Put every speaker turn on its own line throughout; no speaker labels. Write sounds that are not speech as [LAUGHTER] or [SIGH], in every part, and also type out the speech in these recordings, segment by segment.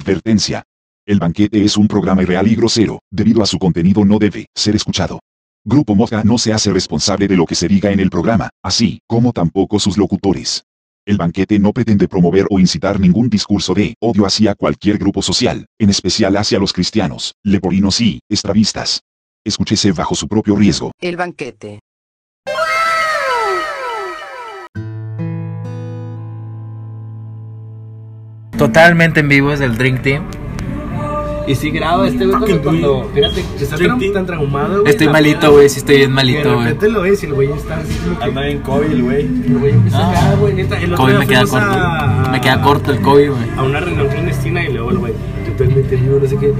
Advertencia. El banquete es un programa irreal y grosero, debido a su contenido no debe ser escuchado. Grupo Mosca no se hace responsable de lo que se diga en el programa, así como tampoco sus locutores. El banquete no pretende promover o incitar ningún discurso de odio hacia cualquier grupo social, en especial hacia los cristianos, leporinos y estravistas. Escúchese bajo su propio riesgo.
El banquete.
Totalmente en vivo es el Drink Team.
Y si graba este güey cuando, cuando- fíjate, está
Estoy
tan,
ti-
tan traumado, güey.
Estoy
la-
malito, güey, sí estoy bien
que
malito,
de
güey.
repente lo ves y el güey está así como que
Anda en COVID, el güey.
el güey empieza a cagar, güey, neta, el otro
COVID
día
me queda
fuimos
corto.
a-
Me queda corto el COVID, güey.
A una reunión clandestina y luego el güey, totalmente vivo, no sé qué.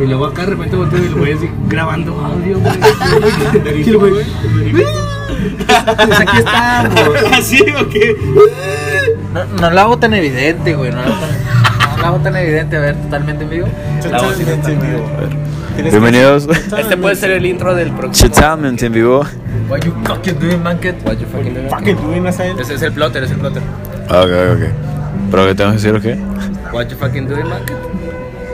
Y luego acá de repente volteo y el güey así grabando audio, [LAUGHS] güey. Y el güey, pues aquí [LAUGHS] estamos.
¿Así o qué?
No, no la hago tan evidente, güey. No la hago tan, no la hago tan evidente, a ver, totalmente en vivo.
La voz en vivo.
Bienvenidos.
Este puede ser el intro del próximo.
Chitsamens en vivo.
What you fucking doing, man? What you fucking doing?
Fucking doing Nazael.
Ese es el plotter, es el plotter.
Ah, Ok, ok. ¿Pero qué tengo que decir o qué?
What you fucking doing, banquet?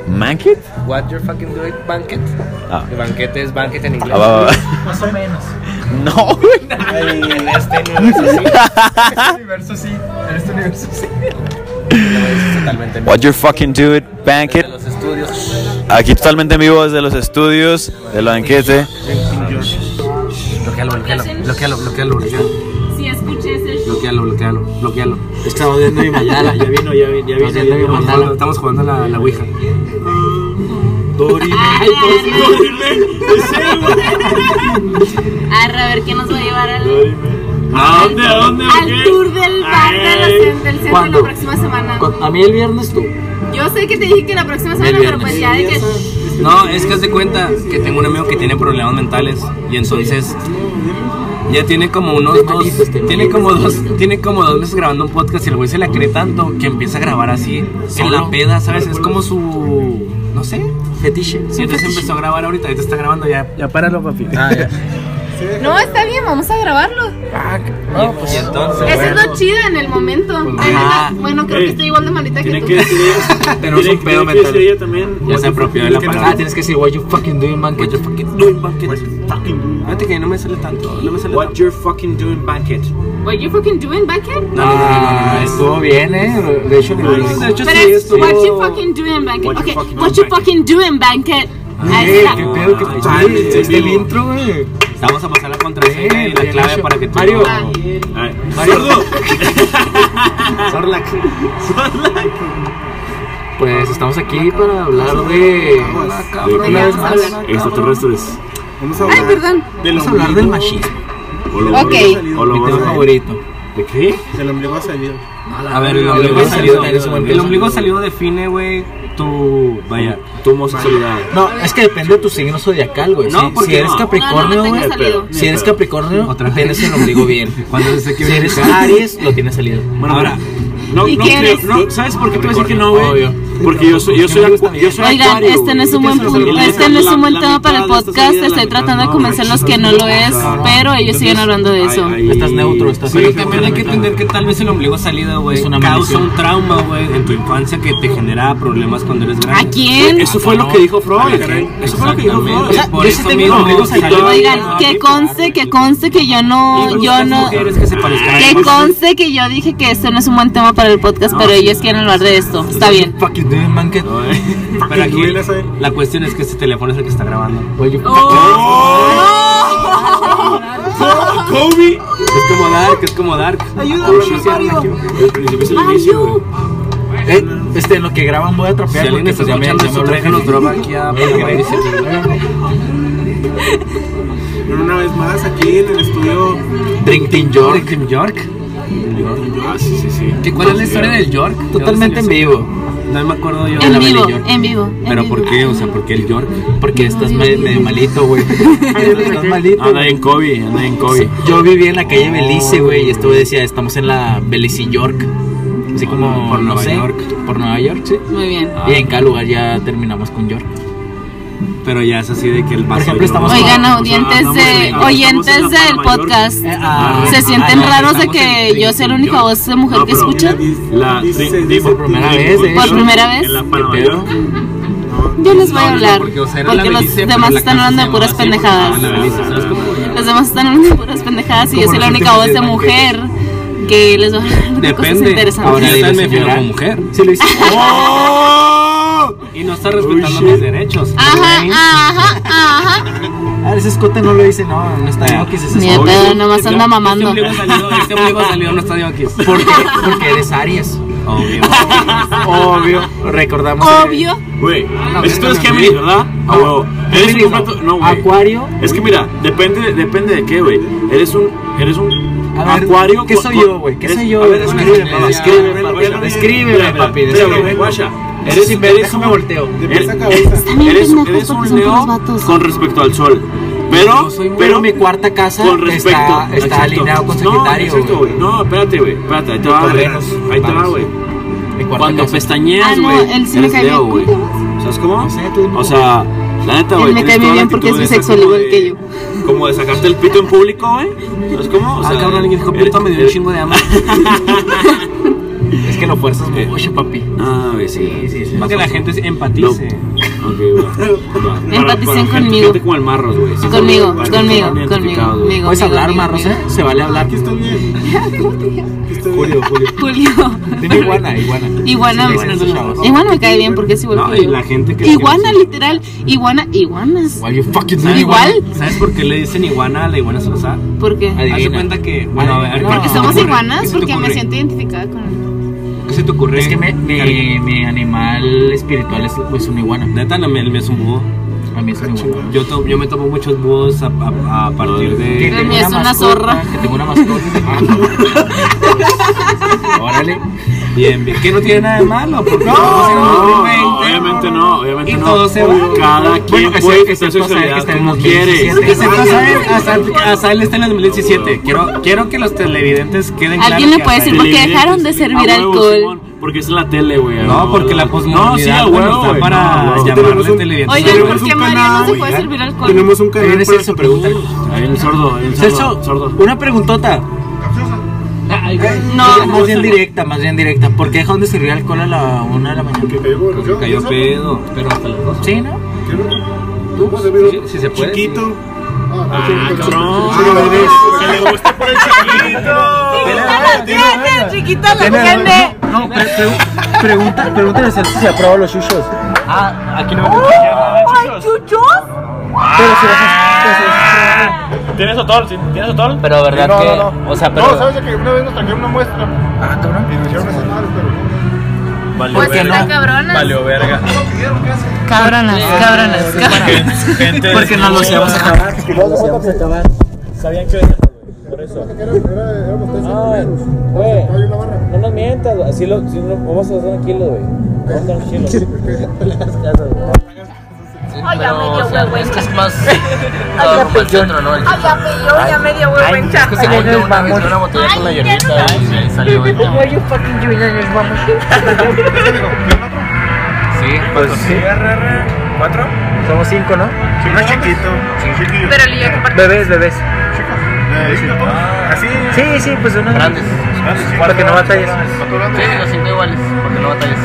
¿Mankit?
What you fucking doing, banquet?
Ah.
El banquete es banquet en inglés.
Ah, va, va, va.
Más o menos.
No, güey.
En
[LAUGHS]
este universo sí.
Este universo sí, en este universo sí.
Es totalmente en vivo.
What you fucking do it,
Desde
Bankit.
los estudios.
Aquí totalmente en vivo desde los estudios del banquete.
Bloquealo, bloquealo, bloquealo, bloquealo, bloquealo.
Si escuché ese show.
Bloquealo, bloquealo, bloquealo. Estaba viendo mi mandala. Ya vino, ya vino, ya vino.
viendo mi mandala.
Estamos jugando a la, la Ouija. Dorime.
Ay, ay, ay.
Dorime.
Arre, a ver quién nos va a llevar al,
¿A dónde, a dónde? o
al
qué?
tour del bar de la
Ay.
cen- del centro
¿Cuándo?
la próxima semana.
Con- A mí el viernes tú.
Yo sé que te dije que la próxima semana, pero pues ya de que.
No, es que haz de cuenta que tengo un amigo que tiene problemas mentales y entonces ya tiene como unos dos, tiene como dos, tiene como dos meses grabando un podcast y el güey se la cree tanto que empieza a grabar así en la peda, ¿sabes? Es como su, no sé, fetiche. Y entonces empezó a grabar ahorita, ahorita está grabando ya. Ya páralo, papi.
Ah, ya.
No, está bien, vamos a grabarlo.
No, pues y [LAUGHS] entonces.
Eso es lo chida en el momento. Ay,
Ajá.
no, bueno, creo que estoy igual de malita que tú.
Tenemos un pedo mental.
ella también.
Ya se apropió de la palabra. tienes que decir, what you fucking doing, man. What you fucking doing, man.
Fucking doing.
Fíjate que no me sale tanto, no me sale
What you're fucking doing, Bankit.
What you fucking doing, Bucket?
No, no, no, no, Ah, estuvo bien, eh. De hecho, de hecho
Pero
sí,
es
estuvo.
what you fucking doing, Banquet.
What you
Okay,
fucking
what you
doing,
fucking doing, Banquet. Ahí
Eh,
está.
qué pedo que
Ay,
tal,
sí,
este es
sí,
el
sí.
intro, güey.
Vamos a pasar la contraseña y
Bien,
la clave
hecho.
para que tú.
Mario.
Ah,
Ay,
Mario.
¡Sordo!
Sorlac. Pues estamos aquí para hablar de.
De
Una
que
vez más.
Extraterrestres.
Ay, perdón.
Vamos a hablar del machismo.
O lo-
Ok.
o lo-
Mi tema favorito. ¿De qué?
Del ombligo salido.
A ver, el ombligo salido. El ombligo salido define, güey, tu. Vaya, tu homosexualidad.
No, es que depende de tu signo zodiacal, güey.
No,
si,
porque
si eres
no.
No, no,
Capricornio,
tengo
güey.
salido.
pero- si eres
Pero-
Capricornio,
Otra vez.
tienes el ombligo bien.
[LAUGHS] Cuando desde que
Si eres
viene-
Aries, lo tienes salido.
Bueno, ahora, no,
¿Y
no,
quién
creo-
es?
no, ¿sabes por qué te voy a decir que no,
Capricornio,
güey?
obvio.
Porque yo soy, yo soy,
Porque
acu- yo soy
Oigan,
acuario,
este no es un buen punto, este no es un buen tema para el podcast. Estoy tratando de convencerlos que no lo es, pero ellos siguen hablando de eso.
Estás neutro, estás
Pero
neutro.
también hay que entender que tal vez el ombligo salido, güey,
Es una
causa
maldición.
un trauma, güey, en tu infancia que te genera problemas cuando eres grande.
¿A quién?
Eso fue lo que dijo Freud.
Ajá.
Eso fue lo que dijo Freud.
Exactamente. O sea,
Por
yo
eso
sí tengo
mismo,
amigos
yo-
salidos.
Oigan, que conste, que conste que yo no, yo no,
Mujeres que se parezcan a
que
ellos.
conste que yo dije que este no es un buen tema para el podcast, pero ellos quieren hablar de esto. Está bien.
Fucking doing, man, que-
No, eh. Pero aquí la cuestión es que este teléfono es el que está grabando.
Kobe.
Es como Dark, es como Dark. Ayúdame,
El principio es el inicio, güey.
Eh, este, en lo que graban voy a
Si
trapear.
alguien
porque
está
pues ya me-
escuchando
ya me
eso,
habló
tráiganos
gente.
droga
[LAUGHS]
aquí a
Pero una vez más, aquí en el estudio.
Drink Team York.
Kim York.
Ah, sí, sí, sí.
¿Qué, ¿Cuál es la historia del York?
Totalmente en vivo.
No me acuerdo yo.
En
la
vivo,
Belly York.
en vivo. en
Pero
vivo.
¿por qué? O sea, ¿por qué el York?
Porque estás me- medio malito,
[LAUGHS]
güey. Estás malito.
Anda en Kobe, anda en Kobe.
Yo viví en la calle Belice, güey, y estuve decía, estamos en la Belice York. Así como
Por
no
Nueva
sé,
York. Ah.
por Nueva York, sí.
Muy bien.
Y en cada lugar ya terminamos con York.
Pero ya es así de que el vaso.
ejemplo, estamos-
Oigan,
O sea,
audientes, de, oyentes del podcast.
Ah,
Se sienten
Eh, ah,
raros de
estamos
que
en-
yo sea la única voz de mujer
No,
que
pero-
escucha.
La,
Dice-
di- por primera vez. eh.
Por primera vez.
En la Panamá York.
Yo les voy a
No, no,
hablar.
porque, o sea, era
Ah, Porque
la
los
Belice,
demás
pero la
están
casa
hablando
se
de puras
llamaba así,
pendejadas.
la Belice, ¿sabes cómo?
Los demás están hablando de puras pendejadas y yo soy la única voz de mujer que les va a hablar de cosas
Depende. Ahora
interesantes.
yo también me defino como mujer.
Si lo hiciste.
Y no está respetando mis derechos.
Ajá, ajá, ajá.
Ah, ese escote no lo dice, no, no está bien. que se
Ni de pedo, nomás anda mamando.
Este ombligo salió, este ombligo salió, no está de aquí.
¿Por qué? Porque eres Aries.
Obvio.
Obvio, recordamos. el-
Obvio.
Güey,
Ah, no,
es que tú eres
no,
Géminis, ¿verdad? Ah, huevo. Eres un
Géminis, no.
completo. No, güey.
Acuario.
Es que mira, depende, depende de qué, güey. Eres un. Eres un.
A ver,
acuario.
¿qué
con-
soy
con-
yo, güey? ¿Qué
eres-
soy yo,
A ver,
güey?
escríbeme,
Una
papá, escríbeme,
idea.
papá.
Descríbeme,
Mira,
papi,
mira,
descríbeme.
güey, guacha. Eres,
Si me
eres
deja,
un-
me volteo.
De pies a
Eres-
cabeza.
Están bien
Eres,
pendejos
eres
porque
un
son puros
Leo
vatos.
con respecto al sol. Pero,
Pero
pero
mi cuarta casa
con respecto
está, está
Exacto.
alineado con Sagitario.
No, exacto,
güey.
güey. No, espérate, güey. Espérate, ahí te va, güey.
Torrenos.
Ahí te va,
Vamos.
güey.
Mi cuarta
Cuando
casa.
Ah,
pestañeas,
no,
güey,
él sí me
eres
cae bien.
Leo,
¿Cómo
güey.
te llamas?
¿Sabes cómo?
sé, tú dime.
O sea, la neta,
Él
güey.
me
tienes
cae
toda
bien
la
porque es
actitud esa
bisexual
como
igual
de-
que yo.
Como de sacarte el pito en público, güey. ¿Sabes cómo? O
Ah, cabrón, alguien dijo,
eres-
puta, me dio un
eres-
chingo de hambre.
eh, [LAUGHS] Es que lo fuerzas mucho, papi.
Ah, güey, sí.
Para que la gente se empatice.
Ok, va. Va. Para-
Empaticen
para gente-
conmigo.
Gente como el marros, güey. Sí,
Conmigo,
para que
conmigo, conmigo,
estén identificados, güey.
conmigo.
¿Puedes hablar,
conmigo,
Marros, eh?
conmigo.
Se vale hablar.
Aquí estoy bien. Aquí estoy bien. Julio, Julio.
Julio.
Dime
[LAUGHS]
iguana, iguana.
Iguana,
Sí, dicen esos chavos.
iguana me cae bien porque es igual
No,
que
y
yo.
la gente que.
Iguana, literal. Iguana, iguanas.
Why you fucking
¿Sabes-
Igual.
¿Sabes por qué le dicen iguana a la iguana salazar?
¿Por qué?
Adivina.
Haz de cuenta que. Bueno, a ver.
No.
¿qué
Porque
se te
somos
ocurre? ¿Qué
iguanas,
se te
porque me
ocurre?
siento identificada con
¿Qué se te ocurre?
Es que me- mi,
Alguien-
mi animal espiritual es pues, una iguana.
Neta, no, el mío es un búho.
A mí es una iguana.
Yo, to- yo me topo muchos búhos a, a- a partir
Que
de.
El
tengo
mío es una
mascota,
zorra.
Que tengo una
Ah,
mascota.
[LAUGHS]
Órale.
Bien, bien. Que no tiene nada de malo. Porque
No,
todos en
no,
2020.
obviamente no, obviamente
Y
no.
todo se vale.
Cada
Bueno,
quien
que
puede
sea- que
expresar
sea
su
cosa de que
sexualidad
esté en
como
los
quiere.
2017.
Que se pasa él, hasta- hasta él está en el 2017. Quiero, quiero que los televidentes queden claros.
Alguien le
que
puede
hasta
decir,
él-
porque dejaron de
Televidentes,
servir
a huevo,
alcohol.
Simón, porque es la tele, güey. a
No,
huevo,
porque
a
la
huevo.
posmodernidad
No, sí, a
bueno,
huevo,
está
güey, no, a
para
huevo.
llamarle
un-
televidentes.
Oigan,
Tenemos
¿por qué
un
María no se
canal,
puede
ya.
servir alcohol?
Tenemos un
Pero
canal
es
para
eso, pregunta.
Ahí el sordo, ahí el sordo.
Celso,
sordo.
una preguntota. Ah,
No.
Más bien directa, más bien directa. ¿Por qué dejaron de servir alcohol a la una de la mañana?
Que cayó, bueno, yo-
Cayó
yo-
pedo, pero hasta las dos.
Sí, ¿no?
¿Qué rollo?
¿Tú?
¿Cómo se vio?
Sí, sí se puede.
Chiquito.
Ah, cabrón.
Ah, bebés.
Se le gusta por el chiquito.
¡Chiquita lo tiene! ¡Chiquita lo tiene!
No, pre- pre- pregunta, pregúntale a Celso si aprueba los chuchos.
Ah, aquí no me
¡Ay, chuchos!
Pero si vas
¿Tienes otol? sí, ¿Tienes otol?
Pero verdad
No,
que.
no, no.
O sea, pero.
No, sabes que una vez nos trajeron una muestra.
Ah, cabrón.
Y nos hicieron esas madres, pero no.
Pues
Vale,
está cabronas.
Valió verga.
Cabronas, cabronas, cabronas.
Gente
Porque no los íbamos a acabar. No los íbamos a acabar.
Sabían que venía. Por eso.
Era- era- Éramos tres
Ay,
amigos.
Ah, güey,
Hay una barra.
no nos mientas, güey. así lo, si no, vamos a estar tranquilos, güey. Vamos a estar tranquilos.
[LAUGHS]
Ay, ya me dio huevo en
es más. Todo rumbo al centro, ¿no? El
Ay, ya me dio, ya me dio huevo en chaca.
se volteó una vez de una botella con la hierbita y ahí salió. ¿no?
you fucking doing on your mama?
[LAUGHS] Sí, pues sí.
¿Cuatro?
Somos cinco, ¿no?
Sí, no es chiquito. Chiquillo.
Pero le llegó
Bebés, bebés.
Eh, sí, ¿no? Así.
Sí, sí, pues uno.
Grandes.
Para que no batalles.
Cuatro
Ah, Sí,
grandes.
los cinco iguales, porque no batallas.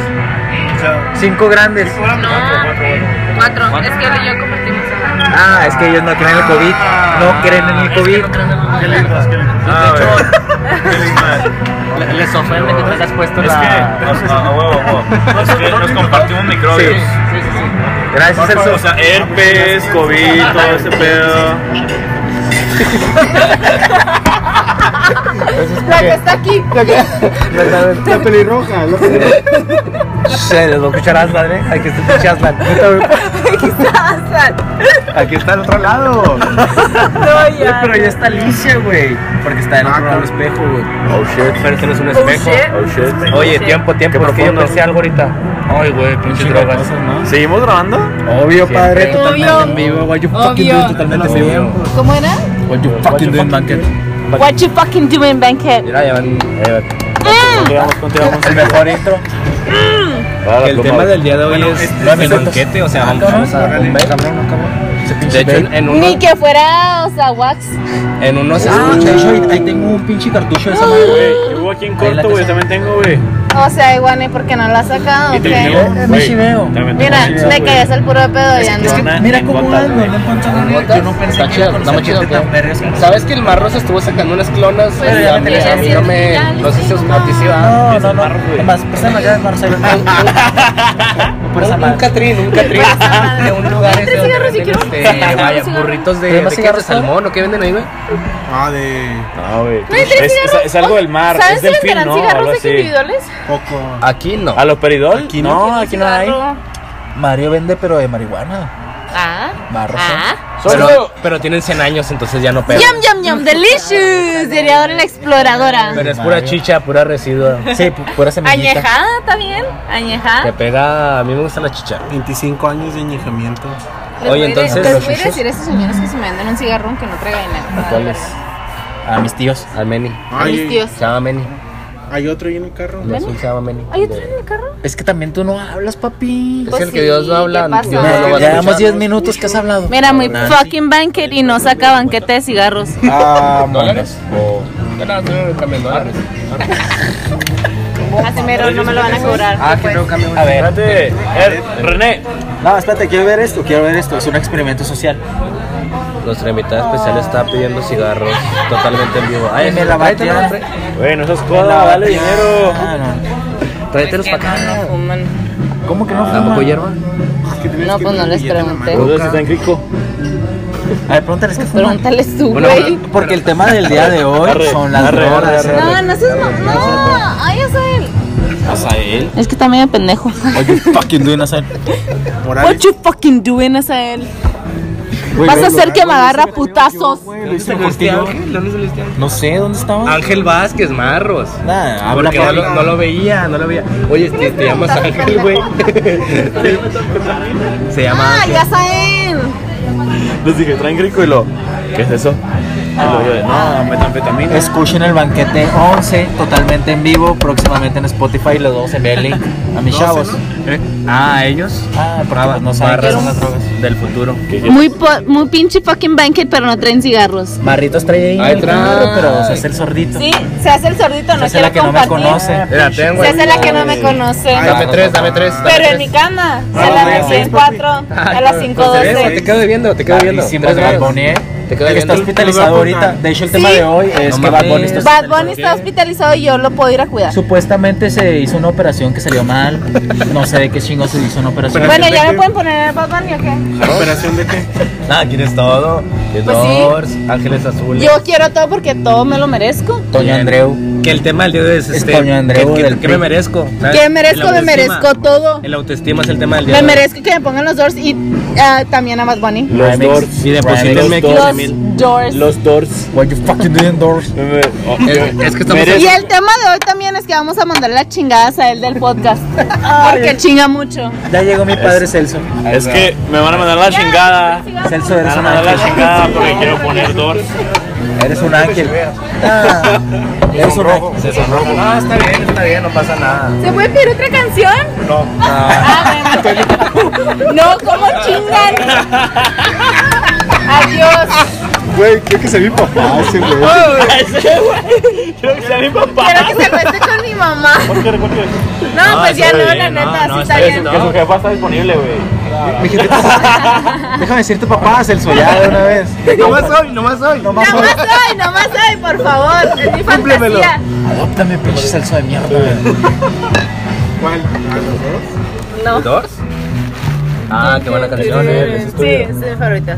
O sea,
Cinco grandes.
cuatro grandes.
Cuatro, es que él y yo compartimos.
Ah, es que ellos no creen en el COVID. No creen en el COVID.
Qué lindos, qué lindos.
Ah,
De hecho,
Qué lindo.
le- les ofende que traigas pues, puesto
Es que,
la.
nos, a- a huevo, a huevo. Es que nos compartimos microbios.
Sí, sí, sí.
Gracias,
O
Celso.
sea, herpes, COVID, todo ese pedo.
La que está aquí.
La pelirroja. la pelirroja.
Se los va a escuchar Aslan, ¿eh? Aquí está el pinche Aslan.
Aquí está el otro lado.
No,
Güey, Pero ya está Alicia, güey. Porque está del
Ah,
otro lado del espejo, güey.
Oh shit.
Pero este no es un
shit.
Oh shit.
Oye,
shit.
tiempo, tiempo.
Qué
Es que yo
profundo.
pensé algo ahorita. Ay, güey, pinche drogas.
¿Seguimos grabando?
Obvio, padre.
Obvio.
Totalmente en vivo. What you fucking
Obvio.
doing totalmente en vivo.
¿Cómo era?
What you fucking doing, banquet.
What you fucking doing, Bankhead?
Mira, ya van.
Mm.
Continuamos, continuamos.
El mejor intro.
Ah,
El
¿cómo?
tema del día de hoy
este,
es el banquete, o sea,
Ah,
vamos- de hecho en, en uno-
Ni que fuera, o sea, wax.
en unos
Ah,
escucha-
de hecho, ahí- ahí tengo un pinche cartucho de esa madre.
Güey, yo vivo aquí en
Ahí en la
corto, güey,
casa.
también tengo, güey.
O sea, Iguane, ¿por qué no la has sacado? o
Y te
qué?
digo,
Es
güey,
Michibeo.
también tengo
Mira,
Michibeo,
me
güey.
caes al puro pedo y
Es que
ando.
mira cómo
botas,
ando,
güey.
no ¿eh? encuentro nada. Yo no pensé
Está
que
chido,
con
está muy chido,
gente
¿qué?
tan vergas como-
¿Sabes que el Marros estuvo sacando unas clonas?
Pues,
Y a mí-
ya
a mí no me.
tienes
No sé si os
el
noticia. Ah,
No, no, no. Más, préstame la llave de [LAUGHS] Marcelo. Por esa
Un, un
madre. [LAUGHS]
catrín, un catrín. De un lugar
Tres
este donde
cigarros, yo
venden
quiero-
este, vaya,
cigarros.
burritos de,
¿Tres
de,
más
qué, de
cigarros,
salmón o qué venden ahí, güey.
Ah, de
No, güey.
No hay tres
Es, es-
cigarros.
es algo del mar,
¿Sabes
es
si
del
les
fin,
darán
¿no?
cigarros
Algo
de
así.
individuales?
poco.
Aquí no.
¿A los peridol?
no.
no.
aquí no hay.
Cigarro.
Mario vende, pero de marihuana.
Ah.
Barro.
Ah.
Pero, pero tienen 100 años, entonces ya no pegan.
Yum, yum, yum, delicious. Diría ahora la exploradora.
Pero es pura chicha, pura residuo.
Sí, pu- pura semillita.
Añejada también.
Que
Añejada.
pega. A mí me gusta la chicha.
25 años de añejamiento.
Oye,
Les voy a-
entonces-
Les voy a decir a estos señores que se me venden un cigarro aunque no traigan nada.
¿Cuáles?
A mis tíos.
Al Meni.
A mis
Ay,
tíos.
Se llama Meni.
hay otro ahí en el carro.
El azul se llama Meni.
Oye, ¿tú en el carro?
Es que también tú no hablas, papi.
Es
Pues
el que
sí,
Dios no habla.
¿qué pasa?
Dios no lo va a
ya
escuchar.
llevamos 10 minutos que has hablado.
Mira, muy fucking banquet y no saca banquete de cigarros.
Ah,
¿Dólares? ¿O también dólares?
Así mero, no me lo van a cobrar.
Ah,
pues.
cambio. A ver.
Espérate, eh, René.
No, espérate, quiero ver esto, quiero ver esto. Es un experimento social.
Nuestra invitada especial está pidiendo cigarros totalmente en vivo. Ay,
me la
tráete,
batearon.
tráete,
Güey, no seas coda, dale dinero.
Ah, no.
Tráetelos
Que
para
Ah, no, no
acá.
fuman.
¿Cómo que no fuma?
¿Tampoco hierba?
No, pues no les pregunté.
Los dos están crico.
A ver, pregúntales qué fuman.
Pregúntales tú,
Bueno,
güey.
Porque el tema del día de hoy
Arre,
son las
arre,
drogas.
arre,
No, no seas ma- No, ay, Azael.
Azael.
Es que también de pendejo. [LAUGHS]
What you fucking doing, Azael?
What you fucking doing, Azael? Vas a hacer que me agarra a putazos.
Lo hice contigo.
¿Dónde saliste?
No sé, ¿dónde estaba?
Ángel Vázquez, marros.
Nada, habla
Porque no
por
lo, no lo veía, no lo veía. Oye, te, te llamas Ángel, güey. Se llama
Ay,
Ángel.
Azael.
Les dije, traen crico y lo. ¿Qué es eso? Y lo yo, no, metanfetamina.
Escuchen el banquete 11, totalmente en vivo, próximamente en Spotify. Les vamos a enviar el link a mis chavos.
Ah, ellos.
Ah, porque no saben qué son las drogas.
Del futuro.
Muy, po- muy pinche fucking banquet, pero no traen cigarros.
Barritos trae ahí
Ay,
en el carro,
trae.
pero se hace el sordito.
Sí, se hace el sordito,
se
no
hace la
quiere
que no me
compartir.
conoce.
Mira, ten,
Se
güey.
hace la que no me conoce.
Dame tres, dame tres. dame
Pero en
tres.
mi cama, se
Ah,
la
bueno,
metí en
sí.
cuatro, a las cinco
Pues, ¿ves?
doce.
Te quedo viendo, te quedo viendo.
Carísimo,
Tres
Bad
varos.
Bunny, ¿eh?
Te quedo
El que está
viendo.
hospitalizado ahorita. De hecho, el tema
Sí.
de hoy es
No
que Bad Bunny
mames.
está
Bad Bunny está hospitalizado y yo lo puedo ir a cuidar.
Supuestamente se hizo una operación que salió mal. No sé de qué chingo se hizo una operación.
Bueno, ¿ya me pueden poner el Bad Bunny o qué?
¿Operación de qué?
Ah, quieres todo. The
Pues sí.
Doors, Ángeles Azules.
Yo quiero todo porque todo me lo merezco.
Toño Andreu.
Que el tema del día de hoy es
Es
este.
Toño Andreu
que,
del
que me
PRI.
merezco. ¿sabes?
¿Qué
El
merezco? Me
autoestima.
merezco todo.
El autoestima es el tema del día.
Me
de hoy.
merezco que me pongan los Doors y ah, también a Bad Bunny.
Los
Remix.
doors.
Y deposítenme
Remix.
15
Los
mil.
Doors.
Los doors.
What you fucking doing doors?
Oh,
Es, es que estamos
Y el tema de hoy también es que vamos a mandarle las chingadas a él del podcast. Porque chinga mucho.
Ya llegó mi padre Celso.
Es que me van a mandar la chingada.
Celso, eres
Me
un
Ah,
van a mandar la
ángel.
chingada porque quiero poner doors.
Eres un ángel. Ah, eres un ángel.
Se sonrojó. No, está bien, está bien, no pasa nada.
¿Se puede pedir otra canción? No. [LAUGHS] No, ¿cómo chingan? Adiós.
Güey, creo que se mi papá ese [LAUGHS] güey.
[LAUGHS]
Creo que se mi papá.
Quiero que se cuente con mi mamá.
Porque recuerdo
No,
Ah,
pues ya
está
no,
bien,
la
no,
neta,
no, está
sí está bien.
bien,
que su jefa está disponible, güey.
Déjame decirte papá Celso ya de una
[LAUGHS]
vez.
No más hoy, no más hoy.
No
No más hoy, no más hoy, por favor. Es mi fantasía.
Adóptame, pinche Celso de mierda.
¿Cuál? ¿A los dos?
No.
¿Doors? Ah, qué buena canción, eh.
Sí, es de mis favoritas.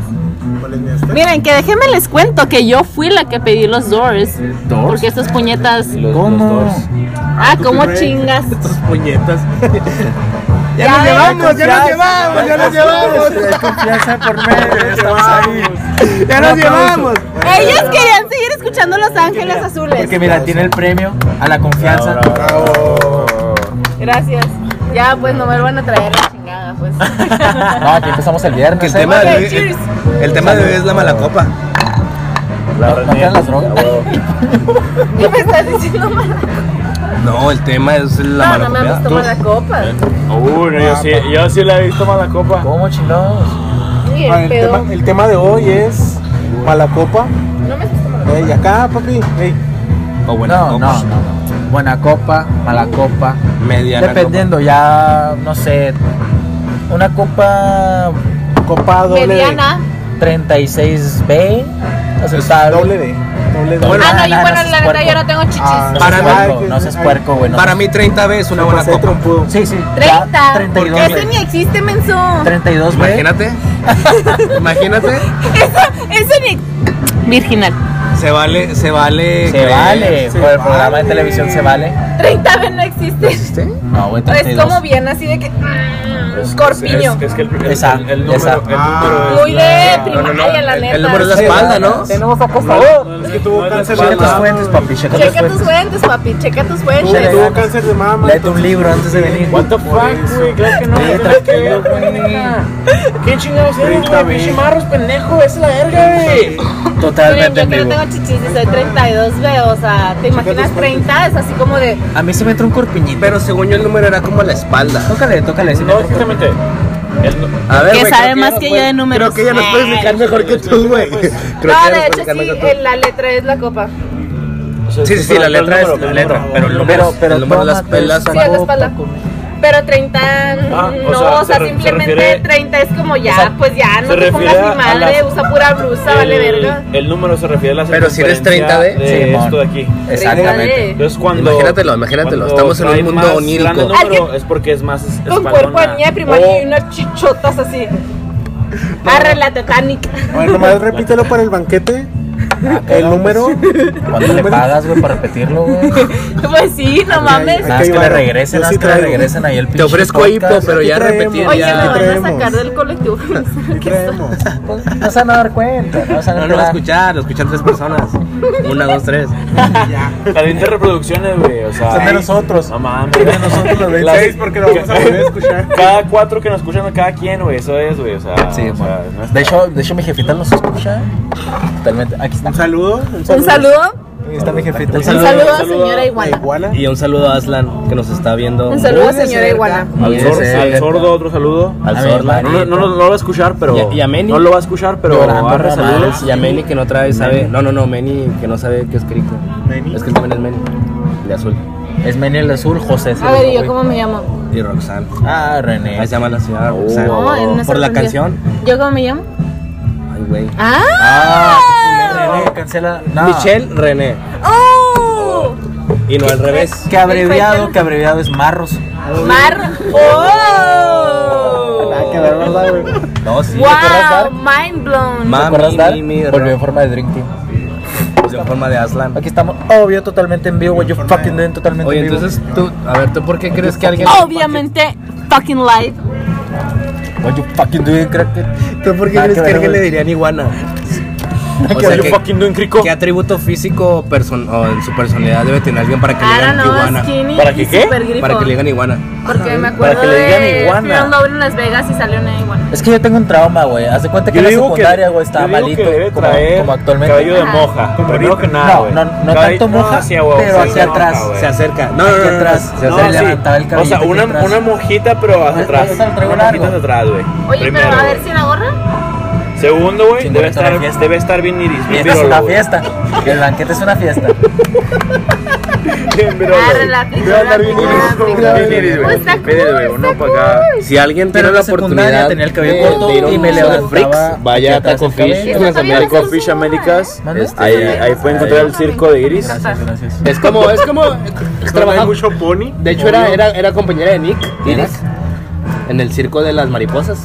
¿Cuál es mi esta?
Miren, que déjenme les cuento que yo fui la que pedí los Doors. Porque estas puñetas.
Los,
¿Cómo?
Ah, ¿cómo chingas?
Tus
[LAUGHS]
puñetas.
Ya nos llevamos,
ya nos llevamos, ya nos llevamos. Hay confianza por
[LAUGHS]
medio, estamos ahí. Ya nos llevamos.
Ellos querían seguir escuchando Los Ángeles
Porque
Azules.
mira, tiene el premio a la confianza.
Gracias. Ya, pues no me lo van a traer la chingada, pues.
No,
[LAUGHS]
aquí empezamos el viernes. ¿eh?
Que el tema de
Ok,
hoy,
cheers.
el, el tema de hoy es la mala copa.
La
¿No quedan las drogas?
¿Qué me estás diciendo mal?
No, el tema es la
No,
mala
no me has
copiada.
visto mala copa.
Uh, no, yo sí, yo sí la he visto mala copa.
¿Cómo chingados?
Sí,
Ah,
el
el,
pedo.
tema, el tema de hoy es Malacopa.
No me has visto mala
Ey, acá, papi. Ey.
O buena
No, no,
copa.
no, no. Buena copa, mala copa.
Mediana
Dependiendo, ya, no sé. Una copa
Copa
copa.
doble. D.
Mediana. Ah,
36B, aceptable.
Doble D. Doble D.
ah,
no, no
no, yo, bueno, la
seas
neta yo
puerco.
no tengo chichis.
Ah,
para
Para
no
mí-
seas puerco, no seas puerco, güey. no
Para
seas-
mí 30 veces una
Me
buena
pasé
copa.
trompudo.
Sí, sí. ya
30.
32,
Ese
güey.
ni existe, menso.
32, güey.
Imagínate.
¿Eh?
[LAUGHS]
Imagínate.
Ese ni.
Virginal.
Se vale, se vale.
Se
creer.
vale.
se
por el programa
vale.
de televisión se vale.
30 veces no existe.
No, güey,
Es
32.
como bien así de que. mm, Corpiño.
Es, es que el, el-
Esa,
el- el número,
esa.
el número es-
Muy de
No, no, no.
primaria, la
El,
neta.
el número es la espalda, ¿no?
Tenemos a
No, Es que tuvo
No es
cáncer
de
de
Checa tus
espalda.
mama.
fuentes, papi. Checa tus
Checa tus
fuentes.
fuentes, papi. Checa tus
Échale
fuentes.
Tuvo
ganas.
cáncer de mama.
Léete un libro antes de venir.
What the fuck, güey, claro que no.
Sí, tranquilo, güey.
¿Qué chingados eres,
30
güey?
veces.
Pinche marros, pendejo, esa es la verga, güey.
Totalmente
Yo
en
que no
vivo.
tengo chichis y soy 32, ve, o sea, ¿te imaginas 30? Es así como de,
A mí se me entra un corpiñito.
Pero según yo el número era como la espalda.
Tócale, tócale. sí me
No,
entra un corpiñito.
exactamente. El nu-
A ver,
Que
güey,
sabe
creo
más
ya
que
nos
yo de
puede-
números.
Creo que ella nos puede explicar mejor que tú, güey. Creo
no,
que
ah,
ella
de
nos
hecho
puede explicar mejor
sí,
que tú.
en la letra es la copa.
Sí, sí, sí, la
pero el
letra es
número,
la
el
letra.
número.
Pero el número,
Pero, pero
el número de las
tómate
pelas.
esa
Sí, a la
copa,
espalda.
come.
Pero 30,
Ah, o
no,
sea,
o
se
sea,
re- se
simplemente
refiere-
30 es como ya,
o sea,
pues ya, no
se
te
refiere
pongas
a
mi madre,
las-
usa pura blusa, Ah, vale verga.
el, el número se refiere a la
Pero si eres ¿eh?
circunferencia
30D,
de
Simón.
esto de aquí.
Exactamente.
Entonces cuando
Imagínatelo, imagínatelo,
cuando
estamos en un
trae
mundo
más
onírico.
grande el número,
Alguien
es porque es más es-
Con
espaldona.
cuerpo de niña de primaria
O-
y unas chichotas así. Arre la Titanic.
Bueno, nomás repítelo para el banquete. El número.
¿Cuánto le pagas, güey, para repetirlo, güey?
Pues sí, no mames.
Nada,
que
es que le
llevarlo.
regresen,
Yo
nada,
sí
es que le
traigo.
regresen ahí el pinche.
Te ofrezco hipo,
podcast.
pero ya
traemos.
repetí.
Oye,
ya.
me van a
traemos.
sacar del colectivo.
¿Qué traemos?
No se van a dar cuenta, no se van a
No lo va a
enterar.
escuchar, lo escuchan
[LAUGHS]
tres personas. Una, dos, tres.
La de reproducciones, güey, o sea.
Son de nosotros.
No mames.
De nosotros los 26 porque lo vamos a volver a escuchar.
Cada cuatro que nos escuchan, cada quien, güey, eso es, güey, o sea.
Sí,
o sea,
bueno.
no
de hecho, de hecho mi jefita los escucha. Totalmente. Aquí está.
Un saludo.
Un saludo.
Ahí está mi jefita.
Un
Un
saludo.
saludo,
un
a
saludo.
señora Iguana.
Iguala.
Y un saludo a Aslan, que nos está viendo.
Un saludo a
Puede
señora
ser,
Iguana.
Al,
Sí,
sor-
sí,
al
sí.
sordo otro saludo.
Al
A ver,
Sorda.
No, no, no, no lo va a escuchar, pero.
Y a- y a Meni.
No lo va a escuchar, pero.
Llorando,
arre,
nada
saludos.
más.
Y a Meni que no trae, sabe. No, no, no, Meni que no sabe qué es Crico.
Meni.
Es que también es Meni. De azul.
Es Meni el Azul, José.
A ver, ¿y yo cómo me llamo?
Y Roxanne.
Ah, René. Oh.
Ahí se llama la ciudad Roxanne.
No, él no se
Por la
ofendió.
canción.
¿Yo cómo me llamo?
Ay, güey.
¡Ah!
René, cancela. No.
Michelle René.
¡Oh!
Y no al revés.
Que abreviado, que abreviado es Marros.
Mar. ¡Oh!
Ah,
Nada que ver, ¿verdad, güey?
No, sí. ¿Te acuerdas,
¡Wow!
Dar?
Mind blown.
¿Te
Mami,
acuerdas, Dar?
mi, mi,
Volvió en forma de Drink Team.
Pues en forma de Aslan.
Aquí estamos, obvio, totalmente en vivo, güey. Yo fucking doing totalmente
Oye,
en vivo. Oh.
entonces tú, a ver, ¿tú por qué crees que alguien.
Obviamente, fucking live.
What you fucking doing, crack?
¿Tú por qué
Nada
crees
que
que
ver,
alguien le
güey.
dirían iguana? O
Yo
sea, que,
fucking doing crico.
¿qué atributo físico o person- o en su personalidad debe tener alguien para que le
Ahora
digan
no,
iguana?
skinny.
¿Para qué
y
qué?
supergrifo.
Para que le digan iguana.
Porque me
Para
acuerdo
que le digan
de
iguana.
fui a un doble en Las Vegas y salió una iguana.
Es que yo tengo un trauma, güey. Hace cuenta que
Yo
en la
digo que-
secundaria, güey, estaba
yo digo
malito.
que debe
como,
traer
como actualmente.
Cabello de moja.
Como
Pero no que nada,
No,
güey.
no, no
Cabello-
tanto moja,
sí, a huevo,
pero
sí,
hacia
moja,
atrás,
güey.
Se acerca. No, no,
Aquí
no, no,
atrás,
no.
se
No,
hace
sí.
levantar el
O sea,
cabello aquí
una,
atrás.
una mojita, pero hacia
Ah,
atrás.
está el trago
Una mojita
largo.
hacia atrás, güey.
Oye,
Primero,
pero a
güey.
ver si la gorra.
Segundo, güey,
Chingón,
debe
esto es una
estar,
fiesta.
debe estar bien iris.
Y
Bien
esta es
virolo,
una
güey.
fiesta. El banquete es una fiesta.
Bien virolo,
Arre
güey.
la
Voy a andar bien iris. Voy a andar bien iris,
Oh,
güey.
está cool,
Mire, güey,
está
uno pa'
cool.
acá.
Si alguien
Pero
tiene
en
la
la secundaria
oportunidad
tenía el cabello
de-
corto
de ir a
y
un
me
museo de
levantaba
freaks, vaya a
aquí atrás
Taco
el cabello.
Fish,
Esto
en la
todavía
familia
no
Taco
se
Fish
usa, ¿eh?
Américas.
Mande.
este, Ahí, ahí puede encontrar el circo de iris.
Gracias, gracias.
Fish. Es como, es [LAUGHS] como, es
No hay
trabajar-
mucho pony.
De hecho, era, era, era compañera de Nick, Iris, en el circo de las mariposas.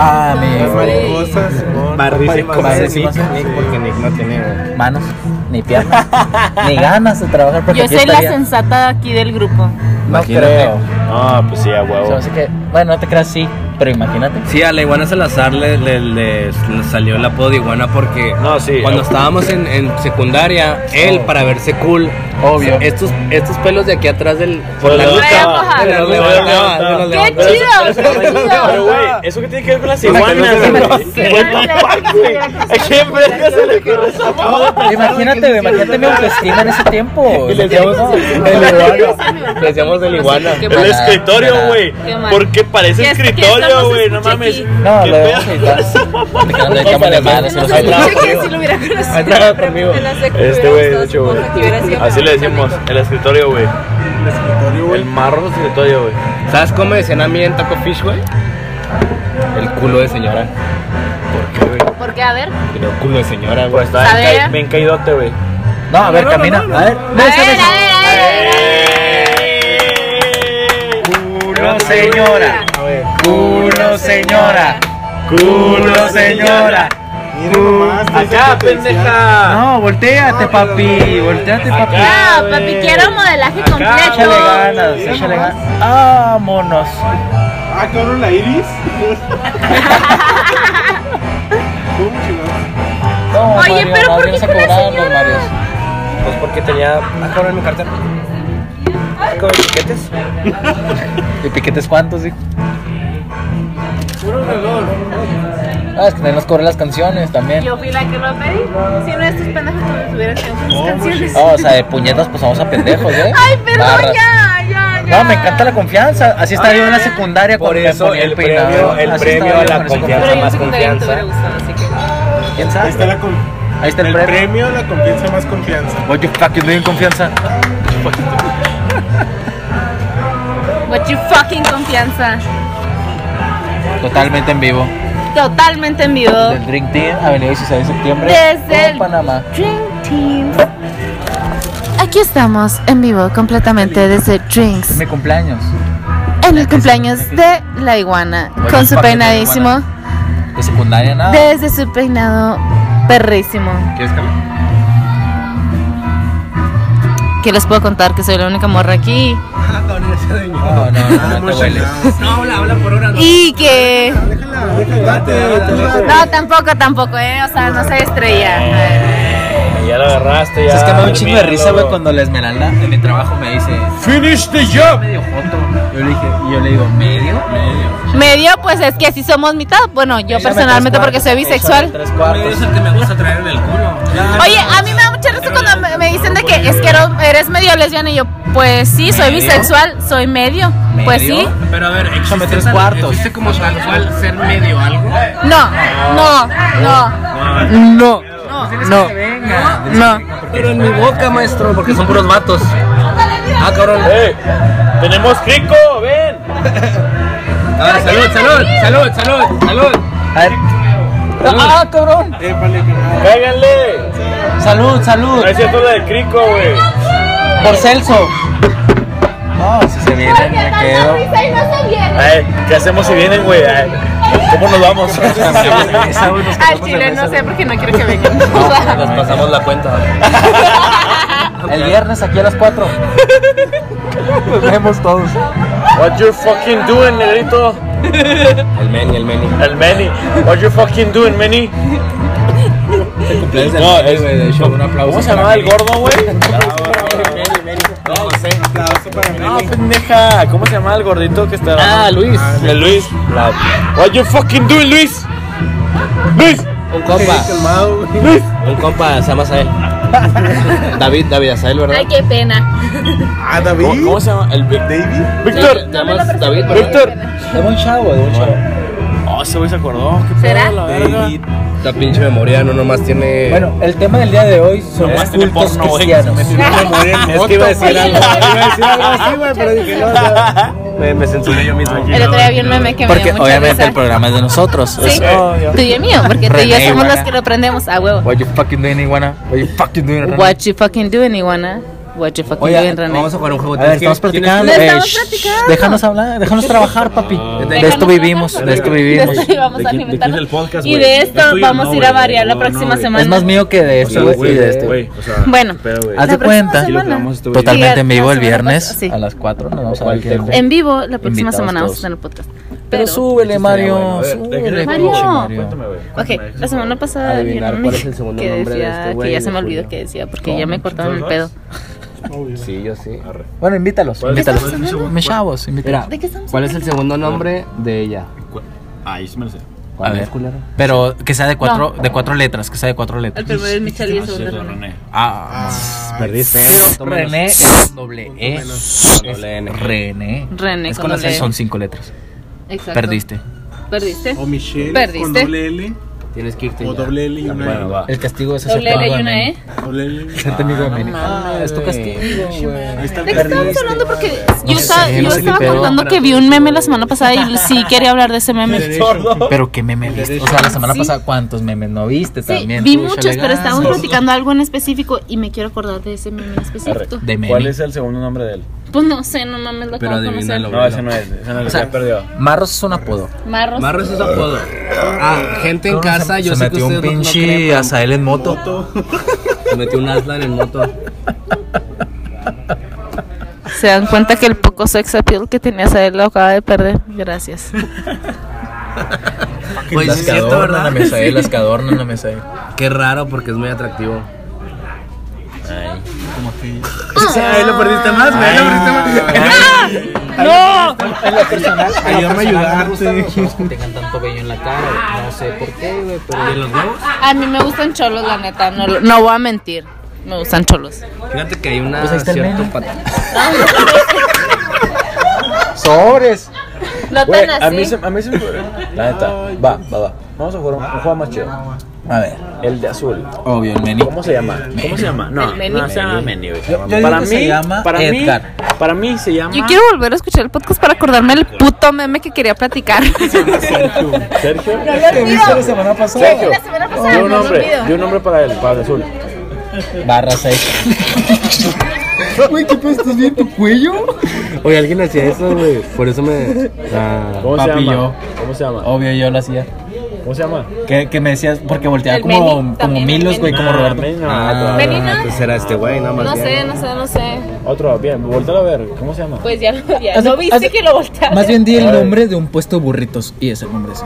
Ah,
Las
mi
mariposas. Simón.
Barrice
Papá y
con
mamá.
ese
Nick.
porque Nick no tiene.
manos, ni piernas, ni ganas de trabajar porque
Yo
aquí
soy la
estaría-
sensata aquí del grupo.
No creo.
Ah, pues sí, a
O sea,
huevo.
así que, bueno, no te creas, sí. Pero imagínate.
Sí, a la iguana Salazar le, le, le- le salió el apodo de iguana porque cuando estábamos en, en secundaria, él para verse cool, obvio, estos, estos pelos de aquí atrás del por la nuca, se los levantaba, se los
¡Qué
levantaba.
chido! ¡Qué
Pero,
chido!
güey, ¿eso qué tiene que ver con las iguanas, güey?
Ah,
¿A quién verga se le ocurre esa moda?
Imagínate, güey, imagínate mi autoestima en ese tiempo.
Y le decíamos el iguana, le decíamos el iguana.
Qué mala,
El escritorio,
mala.
güey.
Qué mala.
Porque parece
Ya es que
escritorio,
estamos
güey. No
escucha
mames.
aquí. No,
¿Qué
lo vamos a
pedo?
editar. Dejando de cámara madre, Ah, se los
Ahí trabaja
edito.
conmigo.
Si lo hubiera conocido.
Ahí trabaja conmigo. Este güey, de hecho, güey. Así le decimos, el escritorio, güey. El escritorio, güey. El marro escritorio, güey.
¿Sabes cómo me decían a mí en Taco Fish, güey? El culo de señora. ¿Por qué, güey?
¿Por qué? A ver.
Tenía un culo de señora, güey.
Pues estaba
¿Sabía?
bien, ca- bien caidote, güey.
No, a ver, camina. A ver,
A ver, a ver, a
Culo
ver.
señora. Culo señora. Culo señora.
Acá, pendeja.
No, volteate, papi. Volteate, papi.
No, papi, quiero modelaje
Échale
completo.
ganas, échale ganas.
Vámonos.
Ah, cabrón, la iris. ¿Cómo chingados?
No,
Oye,
Mario,
pero
no,
¿por qué
vienes a
con la
cobrar,
señora?
don Mario.
Pues porque tenía. Ah, cabrón, mi cartera. Ah, cabrón, piquetes.
[LAUGHS] ¿Y piquetes cuántos, dijo? Ah, es que también nos cobran las canciones también.
[LAUGHS]
Yo fui la que lo pedí. Si no, estos pendejos no les hubieran hecho sus canciones.
Ah, o sea, de puñetas, pues vamos a pendejos, ¿eh?
Ay, perdón,
Barras.
ya, ya, ya.
No, me encanta la confianza. Así estaba yo en la secundaria
Por
cuando me
eso
ponía
el
peinado.
premio, el
Así
premio
estaba
a
yo
la
cuando se
confianza
compraba.
más confianza.
¿Quién
Ahí
sabe?
está la con-
Ahí está el,
el
premio.
premio, la confianza más confianza.
What you fucking doing confianza?
What you fucking confianza.
Totalmente en vivo.
Totalmente en vivo.
Del Drink Team, Avenida 16 de septiembre.
Desde el
Panamá.
Drink Team. Aquí estamos en vivo completamente desde Drinks.
Mi cumpleaños.
En el cumpleaños de la iguana,
Oye,
con su
papi,
peinadísimo,
De secundaria nada.
desde su peinado perrísimo.
¿Quieres cambiar?
Que les puedo contar que soy la única morra aquí.
Ah, cabrón, ese de
No, no, no, no te hueles.
No, habla, habla por hora.
Y que.
Date,
No, tampoco, tampoco, ¿eh? O sea, no soy estrella.
Ya lo agarraste, ya.
Es que me da un chingo de
termínalo,
risa, güey,
güey.
cuando la Esmeralda en mi trabajo me dice.
Finish the job.
Medio joto. Yo le dije, y yo le digo, ¿medio? Medio.
Medio, pues es que así somos mitad. Bueno, yo personalmente porque soy bisexual.
Tres cuartos.
el que me gusta traer en el culo.
Oye, a mí me da mucha risa cuando me, me dicen de que es que ero- eres medio lesbiana y yo, pues sí, soy
¿Medio?
bisexual, soy medio. Pues sí.
Pero a ver, existe
tres
tal-
cuartos.
existe como tal cual ser medio algo.
No, no, no,
No.
No.
no.
Pero en mi boca, maestro, porque son puros vatos. Ah, cabrón.
¡Eh! ¡Tenemos crico! ¡Ven!
A ver, Ah, salud, salud, salud, salud, salud.
A ver. ¡Ah, cabrón!
¡Cáiganle!
Salud, salud.
No es cierto la de crico, güey.
Por Celso. No, si se viene, me quedo.
Ay, Eh, ¿Qué hacemos si vienen, güey? Ay, ¿Cómo nos [LAUGHS] vamos?
Al chile no sé porque no quiero que
[LAUGHS]
vengan. O sea,
Nos pasamos la cuenta.
Ah, El viernes aquí a las 4. Nos vemos todos.
What you fucking doing, negrito?
El meni, el meni.
El Manny. What you fucking doing, Manny?
No, es, de hecho, un aplauso.
¿Cómo se llamaba el gordo, güey?
aplauso para mí.
No, pendeja. ¿Cómo se llamaba el gordito que estaba?
Ah, Luis.
El Luis. What you fucking doing, Luis? Luis.
Un compa.
Calmado, güey.
Luis.
Un compa, se
[LAUGHS]
llama Sael. David, David Asael, ¿verdad?
Ay, qué pena.
Ah,
¿Cómo,
David.
cómo se llama? El Vic-
David.
Víctor.
Te llamas David, ¿verdad?
Víctor.
De buen chavo, de buen chavo.
Oh, ese güey se acordó. ¿Qué pedo,
¿Será?
la verga?
David. La pinche memoria no nomás tiene.
Bueno, el tema del día de hoy son
Nomás
los
tiene
cultos
porno, güey.
cristianos.
Es que iba a decir algo.
Iba a decir algo así, güey, pero dije no. no.
Eh, me, me censuré yo mismo.
El otro día vi un meme que me
Porque
dio mucha
obviamente el
risa.
programa es de nosotros.
Sí, tú y el mío, porque tú y yo
René,
somos los
iguana.
que lo prendemos a huevo.
What you fucking doing, iguana? What you fucking doing, René?
What you fucking doing, Iguana? What you fucking
Oye,
doing, René?
Vamos a jugar un juego.
A ver, estamos
¿Quién- quién es-
platicando.
No
eh,
estamos
shh,
platicando.
déjanos hablar, déjanos trabajar, papi.
Ah.
De esto vivimos, de esto vivimos.
De esto vamos a alimentarnos.
podcast,
y de esto vamos a ir a variar la próxima semana.
Es más mío que de esto, güey, y de
este,
esto.
Bueno,
Ah.
la
Haz de
próxima
cuenta,
semana.
este
totalmente en
Sí, la
vivo el
semana
viernes
pasada, sí.
a las 4, nos vamos a ver qué-
En vivo, la próxima
Invitados
semana vamos a
todos.
tener podcast. Pero
súbele, Mario.
súbele, Mario. pinche Mario. Ok, la semana pasada
Adivinar
vieron
cuál es el segundo
que
nombre de
decía,
este
que
güey
ya se me
de
olvidó
Julio.
que decía, porque
¿Cómo?
ya me cortaron el pedo.
Sí, yo sí.
Bueno, invítalos.
¿Cuál es-
Invítalos.
cuál es el segundo?
Mis chavos,
Mira,
invítalos.
¿cuál es el segundo nombre de ella?
Ay, sí me lo sé.
A ver.
es, culero?
Pero que sea de cuatro,
No.
de cuatro letras, que sea de cuatro letras.
El primero es Michelle y el segundo es René.
Ah,
perdiste. ¿eh?
René es doble E. es René.
René
Es
con
con las
doble
E,
E.
son cinco letras.
Exacto.
Perdiste.
Perdiste.
O Michelle con
Perdiste.
doble L.
Tienes que irte.
O
ya.
doble L y una
Bueno,
E.
va.
El castigo es
Doble L y una E.
Doble L.
Serte amigo de Meni. Es tu castigo,
Ahí está
¿De qué estábamos
perdiste.
hablando? Porque
este, No
yo,
sé,
estaba,
no
yo
sé qué
estaba
pedo.
contando que vi un meme la semana pasada y sí quería hablar de ese meme.
Pero qué meme viste. O sea, la semana pasada, ¿cuántos memes no viste
Sí,
también?
vi
Tú, Ah,
muchos,
chale,
pero estábamos
ganas.
platicando algo en específico y me quiero acordar de ese meme en específico.
De meme.
¿Cuál es el segundo nombre de él?
Pues no sé, no mames, lo
Pero
acabo de conocer.
adivínalo.
No, ese no es. Ese no
O
es.
sea,
Se perdió.
Marros es un apodo.
Marros.
Marros es apodo. Ah, gente en
Cabrón,
casa,
se-
yo
se
sé que
metió un
ustedes no- no creen,
pinche
pero
Azael en moto.
Se metió un Aslan en moto.
Se dan cuenta que el poco sex appeal que tenía él lo acaba de perder. Gracias.
Oye, Pues, sí
las
es
que
cierto,
adornan la
¿verdad?
mesa, eh,
[LAUGHS] Sí.
las que adornan la mesa. eh.
Qué raro porque es muy atractivo. Ay.
Como que.
Ahí lo perdiste más, güey. Ahí lo perdiste
[LAUGHS] ¡No!
En lo personal,
Ayúdame a ayudarte.
que tengan tanto vello en la cara. No sé por qué, güey, pero.
más. ¿Y los huevos?
A mí me gustan cholos, la neta. No, lo- no voy a mentir. Me gustan cholos.
Fíjate que hay una
Pues ahí está el
cierto
[LAUGHS]
meme.
pat-
Sobres.
No
Güey,
tan
a mí
así.
se a mí se me La neta. Va, va, va. Vamos a jugar un, un juego más chido.
A ver,
El de azul.
obvio, el meni.
¿Cómo se llama? ¿Cómo se llama? No,
El Meni.
no se llama Meni, güey.
yo digo
Para
que
mí,
se llama
para
Edgar.
mí, para mí se llama
Yo quiero volver a escuchar el podcast para acordarme el puto meme que
[LAUGHS]
quería platicar.
Sergio.
¿Qué viste la semana pasada?
Sergio.
semana
Di un nombre, di un nombre para él, para el azul.
Barra 6.
Güey, ¿qué pedo? ¿Estás bien tu cuello? Oye, alguien hacía eso, güey. Por eso me. Ah,
¿Cómo se
Papi,
llama?
yo.
¿Cómo se llama?
Obvio, yo lo hacía.
¿Cómo se llama?
Que, que me decías, porque volteaba
El
como,
Meni,
como
también,
Milos,
el
güey,
Meni.
como
Ah,
Roberto.
Meni, no,
Ah,
otro,
Meni, no.
entonces era este güey, nada más.
No
bien.
sé, no sé, no sé.
Otro, bien, voltalo a ver, ¿cómo se llama?
Pues ya lo ya.
Haz-
¿No viste
haz-
que lo volteaste?
Más bien di el
Ay.
nombre de un puesto de burritos. Y es el nombre ese.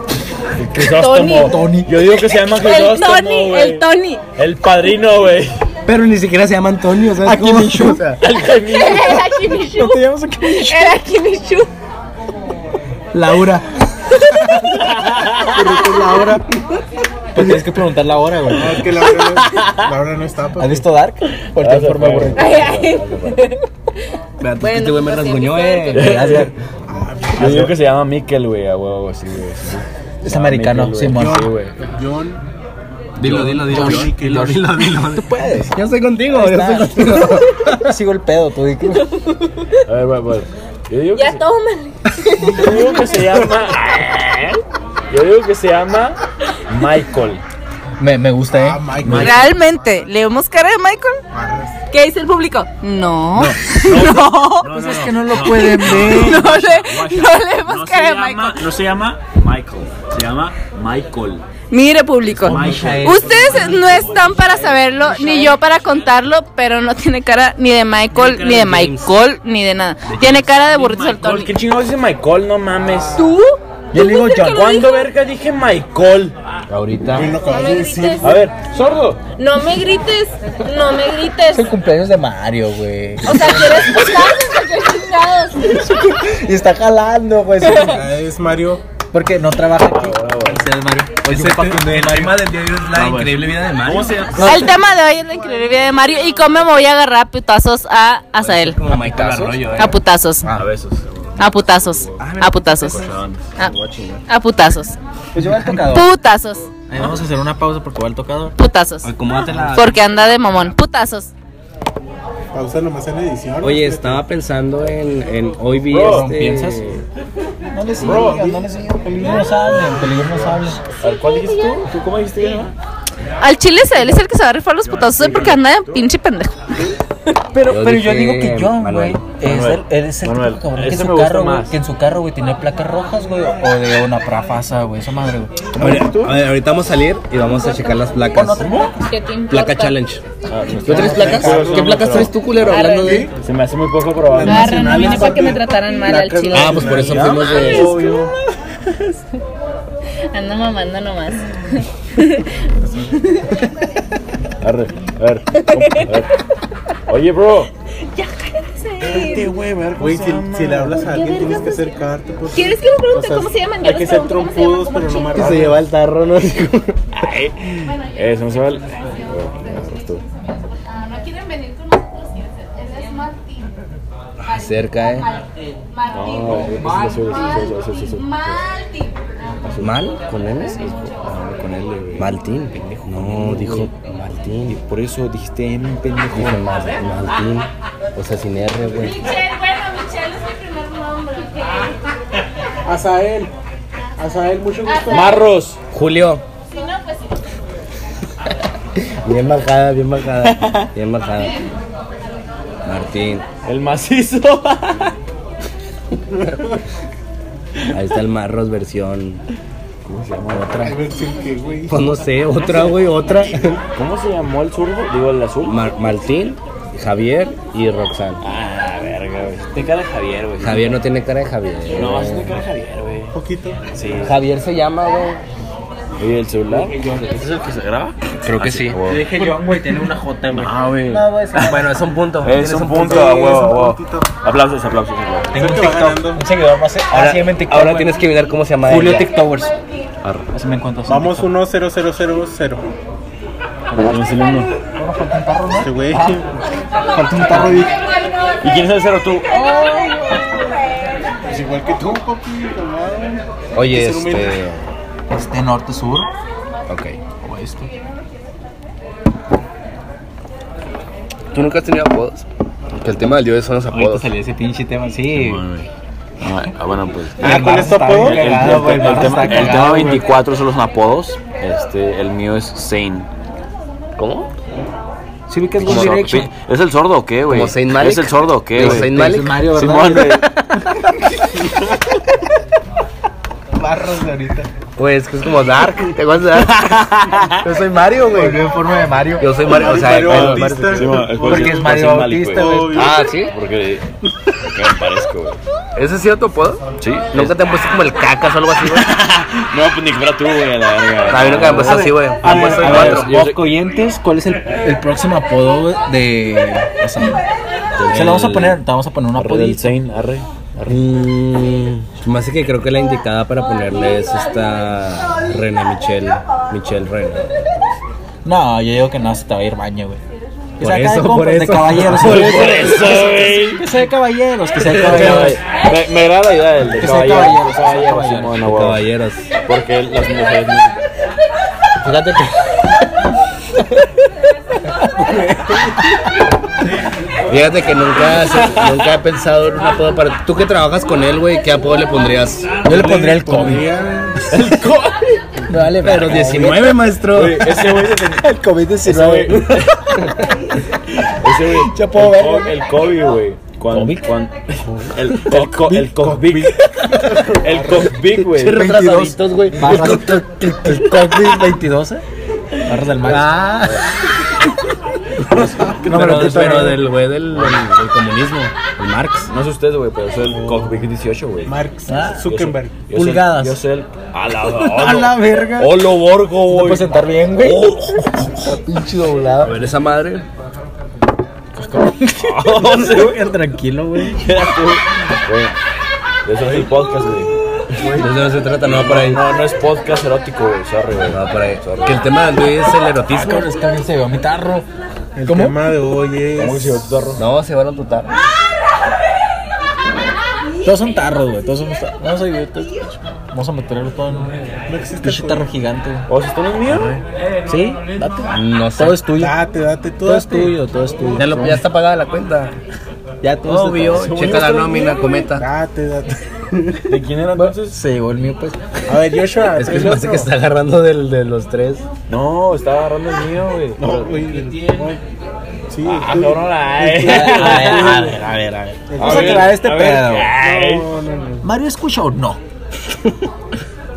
Crisóstomo.
Tony.
Yo digo que se llama
El
Crisóstomo,
Tony,
güey.
el Tony.
El padrino,
[LAUGHS]
güey.
Pero ni siquiera se llama Antonio, ¿sabes? Aquí
[LAUGHS]
mi
El padrino.
Era Kimichu.
te llamas aquí?
Era Kimichu.
Laura.
Laura.
Pues tienes que preguntar la hora, güey.
No, es que Laura no, Laura no está. Ah,
¿Has
Pues.
visto Dark? Voltea en forma de burrito.
Ay, ay.
Espérate, es que
Bueno,
este güey me
pues, sí,
rasguñó,
sí,
eh.
Asgard.
Yo digo que se llama Mikel, güey, a huevo, así, güey. sí.
Es americano,
Mikel, güey.
Simón.
Sí, güey.
John.
Dilo, dilo, dilo. Dilo, dilo, dilo.
Tú puedes.
[LAUGHS] Yo estoy contigo,
Ahí
yo
está.
estoy contigo.
Yo sigo el pedo, tú di que-
A ver, bueno, bueno. Yo digo que,
Ya tómale.
se, yo digo que se llama. Yo digo que se llama Michael.
Me, me gusta, eh.
Ah, Michael.
Realmente, ¿leemos cara de Michael? ¿Qué dice el público? No. No. [LAUGHS] No,
Pues es que no lo pueden ver.
le, no leemos
No se,
cara de
llama,
Michael.
Ah, no se llama Michael, se llama Michael.
Mire, público.
Michael.
Ustedes no están para saberlo, ni yo para contarlo, pero no tiene cara ni de Michael, ni de Michael, ni de nada. Tiene cara de burrito al Tony.
¿Qué chingados dice Michael? No mames.
Ah,
¿Tú?
Yo le digo
fuiste
John.
el que lo dijo?
¿Cuándo verga dije Michael?
Ahorita.
Lo
No
acabas
me
de decir.
grites,
A ver, sordo.
no me grites, no me grites.
Es el cumpleaños de Mario, güey.
Ah.
O sea, ¿quieres putarnos o qué chingados?
Y está jalando,
[LAUGHS]
güey.
Ah, Es Mario.
Porque no trabaja
Ah,
aquí. Felicidades, Mario. Oye,
Ese-
un fucking day,
el
Mario.
tema del día de hoy es la
Ah, bueno.
increíble vida de Mario.
¿Cómo se llama?
El tema de hoy es la increíble vida de Mario y cómo me voy a agarrar a putazos a Azael.
Como Michael Arroyo, eh.
A putazos,
A besos.
a putazos, a putazos, a, a putazos,
Pues yo voy al tocador.
putazos,
Ahí vamos a hacer una pausa porque va al tocador.
putazos.
Acomódate la.
Porque anda de mamón, putazos.
Pausa nomás en edición.
Oye, estaba pensando en, en hoy vi
Bro,
este...
¿piensas?
No le sigas, no le sigas. Peligro nos hablen, peligro nos hablen.
A ver, ¿cuál dijiste tú? ¿Tú cómo dijiste que se llama?
Al chile él es el que se va a rifar los putazos hoy porque anda de pinche pendejo.
Pero,
Yo
pero yo
dije
digo que John, güey,
Manuel.
es
Manuel.
el, es el
Manuel,
típico cabrón que en,
ese
su
me gusta
carro, güey,
más.
que en su carro, güey, tiene placas rojas, güey, o de una prafasa, güey, esa madre, güey.
A ver, a ver, ahorita vamos a salir y vamos a checar las placas. Placa challenge.
Ah,
¿No traes placas? ¿Qué placas traes tú, culero? Hablando de...
Se me hace muy poco probable. Ah, pues
Agarra, no vine para que me trataran mal al chile.
Ah, pues por eso fuimos de...
Obvio.
Ando mamando nomás.
Arre, a ver, a ver. Oye, bro.
ya cállate.
güey, me da
Güey, si-
cosa,
si le hablas a
man.
alguien,
¿Qué
tienes
vergas
que
es-
acercarte, por
¿Quieres que me pregunte
O sea,
cómo se llaman? Yo
hay
les
que ser
pregunto cómo se llaman,
trompudos,
como
pero no más
Que se lleva el tarro, ¿no? Así como-
Ay, eso no se vale.
Ah, No quieren venir con nosotros. Él es Martín.
Cerca, ¿eh?
Martín.
No, eso, eso, eso, eso, eso, eso.
Martín.
¿Mal? ¿Con L?
Ah,
No, con L, güey. Maltín. No, dijo Maltín. Por eso dijiste M, pendejo. Dije Mal- Maltín. O sea, sin R, güey.
Michelle, bueno, Michelle es mi primer nombre.
Azael. Azael, mucho gusto.
Marros. Julio.
Si no, pues sí.
Bien bajada, bien bajada. Bien bajada. Martín. El macizo. [LAUGHS] Ahí está el Marros versión. ¿Cómo se llama otra? Pues no sé, otra, güey, otra. ¿Cómo se llamó el zurdo? Digo, el azul. Martín, Javier y Roxanne.
Ah, verga, güey. Tiene cara de Javier, güey.
Javier no tiene cara de Javier.
No,
güey.
sí tiene cara de Javier, güey. Poquito. Sí.
Javier se llama, güey.
Oye, el celular. ¿Este es el que se graba?
Creo que sí.
güey.
dije John, güey, tiene una J, güey.
Ah, güey.
No, güey, sí.
Bueno, es un punto.
Es un punto, a huevo, a huevo. Aplausos, aplausos. aplausos.
Tengo un TikTok. Un seguidor
eh,
más. Ahora, sí, en TikTok,
Ahora
güey.
tienes que mirar cómo se llama
Julio
ella.
TikTokers.
Arre.
Así me encuentro.
Vamos 1 0 0 0 0. Este güey.
Falta un tarro de...
¿Y quién es el cero tú?
Pues igual que tú, papi. camarada.
Oye,
Hay que ser humilde.
este.
Este norte-sur.
Ok.
Oeste.
¿Tú nunca has tenido apodos? Que el tema del día son los
Ahorita
apodos.
salió ese pinche tema. Sí.
Ah, bueno, pues.
Ah, ¿con esto apodo?
El, el- el-
Cagado, güey,
el
Marta está
tema, el tema
cagado, güey.
24 son los apodos. Este, el mío es Zane.
¿Cómo?
Sí, vi que
es One Direction.
¿Es el sordo o qué, güey?
¿Como Zayn Malik?
¿Es el sordo o qué,
¿Es
güey?
Zayn Malik? Mario, ¿verdad?
Simón, [LAUGHS] güey.
Barros de ahorita.
Güey, es que es como Dark. ¿Te acuerdas
[LAUGHS]
de Dark? Yo soy Mario, güey.
Volvió en forma de Mario.
Yo soy Mario, o sea,
Mario
Mario
Bautista.
Bautista.
Simón,
Porque
el cual-
es
el cual
Mario
Zayn
Bautista,
güey.
Obvio.
Ah, ¿sí?
Porque porque me parezco, güey.
¿Ese ha sido tu apodo?
Sí.
¿Nunca te han puesto como el cacas o algo así, güey?
[LAUGHS] No, pues ni que fuera tú, güey, a la verga.
A mí nunca me han puesto así, güey. Me
A ver,
han puesto
a
ver,
cuatro.
yo soy-
oyentes, ¿cuál es el, el próximo apodo de... o sea, se lo vamos a poner, te vamos a poner un
Arre del
apodito.
Zane, arre.
Mm, más que creo que la indicada para ponerle es esta Rena Michelle. Michelle Rena.
No, yo digo que no, se te va a ir baño, güey. Que sea
Por
acá
eso,
de
por
compas, de
eso.
caballeros.
[LAUGHS] Por
güey.
eso,
güey.
Que sea de caballeros, que
[LAUGHS]
sea de caballeros.
Me, me agrada la idea del de
Que sea
caballero.
caballero, que sea
caballero,
caballero.
Simón, a huevo.
Caballeros.
Porque las mujeres no-
Fíjate que. Fíjate que nunca, se- nunca he pensado en un apodo para. Tú que trabajas con él, güey, ¿qué apodo le pondrías?
Yo le pondría el COVID.
Podría-
El COVID. Vale, pero 19, maestro.
Güey, ese güey se tenía-
El
Ese güey.
COVID-19.
[LAUGHS]
Ese güey.
Ya puedo
el
ver,
co-
güey.
El Kobe, güey. Cuan-
¿Comic?
cuan- El el co- el Cosbic. El Cosbic, güey.
Qué retrasaditos, güey.
Barras- El COVID-22, ¿eh? Barras del mal.
[LAUGHS] Ah.
No, pero
pero,
tú
pero
también.
del güey del, del- del comunismo, el Marx.
No sé ustedes, güey, pero soy el Cosbic 18, güey.
Marx
Ah,
Zuckerberg.
Yo soy-
Pulgadas.
Yo soy el. A la,
A la verga.
Olo Borgo,
No
güey. Oh.
puedes sentar bien, güey. Pinche
A
doblado.
ver,
[LAUGHS]
esa madre.
Tranquilo, güey.
Güey, Yo soy el podcast, güey.
De eso no se trata, no va por ahí.
No, no es podcast erótico, güey. Sorry, güey.
No va por ahí. Que el tema del güey es el erotismo.
Ah, Es que alguien se vio mi tarro.
El
¿Cómo?
tema de hoy es.
No, se van a tutar.
Todos son tarros, güey. Todos somos tarros. Vamos a divertirnos. Vamos a meterlo todo en un pinche tarro gigante.
¿O si tú no es mío?
¿Sí? Date.
No sé.
Todo es tuyo.
Date, date, tú
Todo es
date.
tuyo, todo es tuyo.
Ya, lo- ya está pagada la cuenta.
Ya todo es de
Obvio.
todos.
Checa la nómina, cometa.
Ah,
Date, date.
¿De quién era entonces?
Se llevó el mío, pues.
A ver,
[LAUGHS]
Joshua.
Es que
¿traes
parece
otro?
que está agarrando del, de los tres.
No, estaba agarrando el mío, güey.
No, güey. güey. Sí,
Ah,
el tuyo.
cabrón, ay.
A ver, a ver, a ver. Vamos a
ver,
aclarar este
a ver.
pedo.
Ay.
No, no, no.
¿Mario escucha o [LAUGHS] no?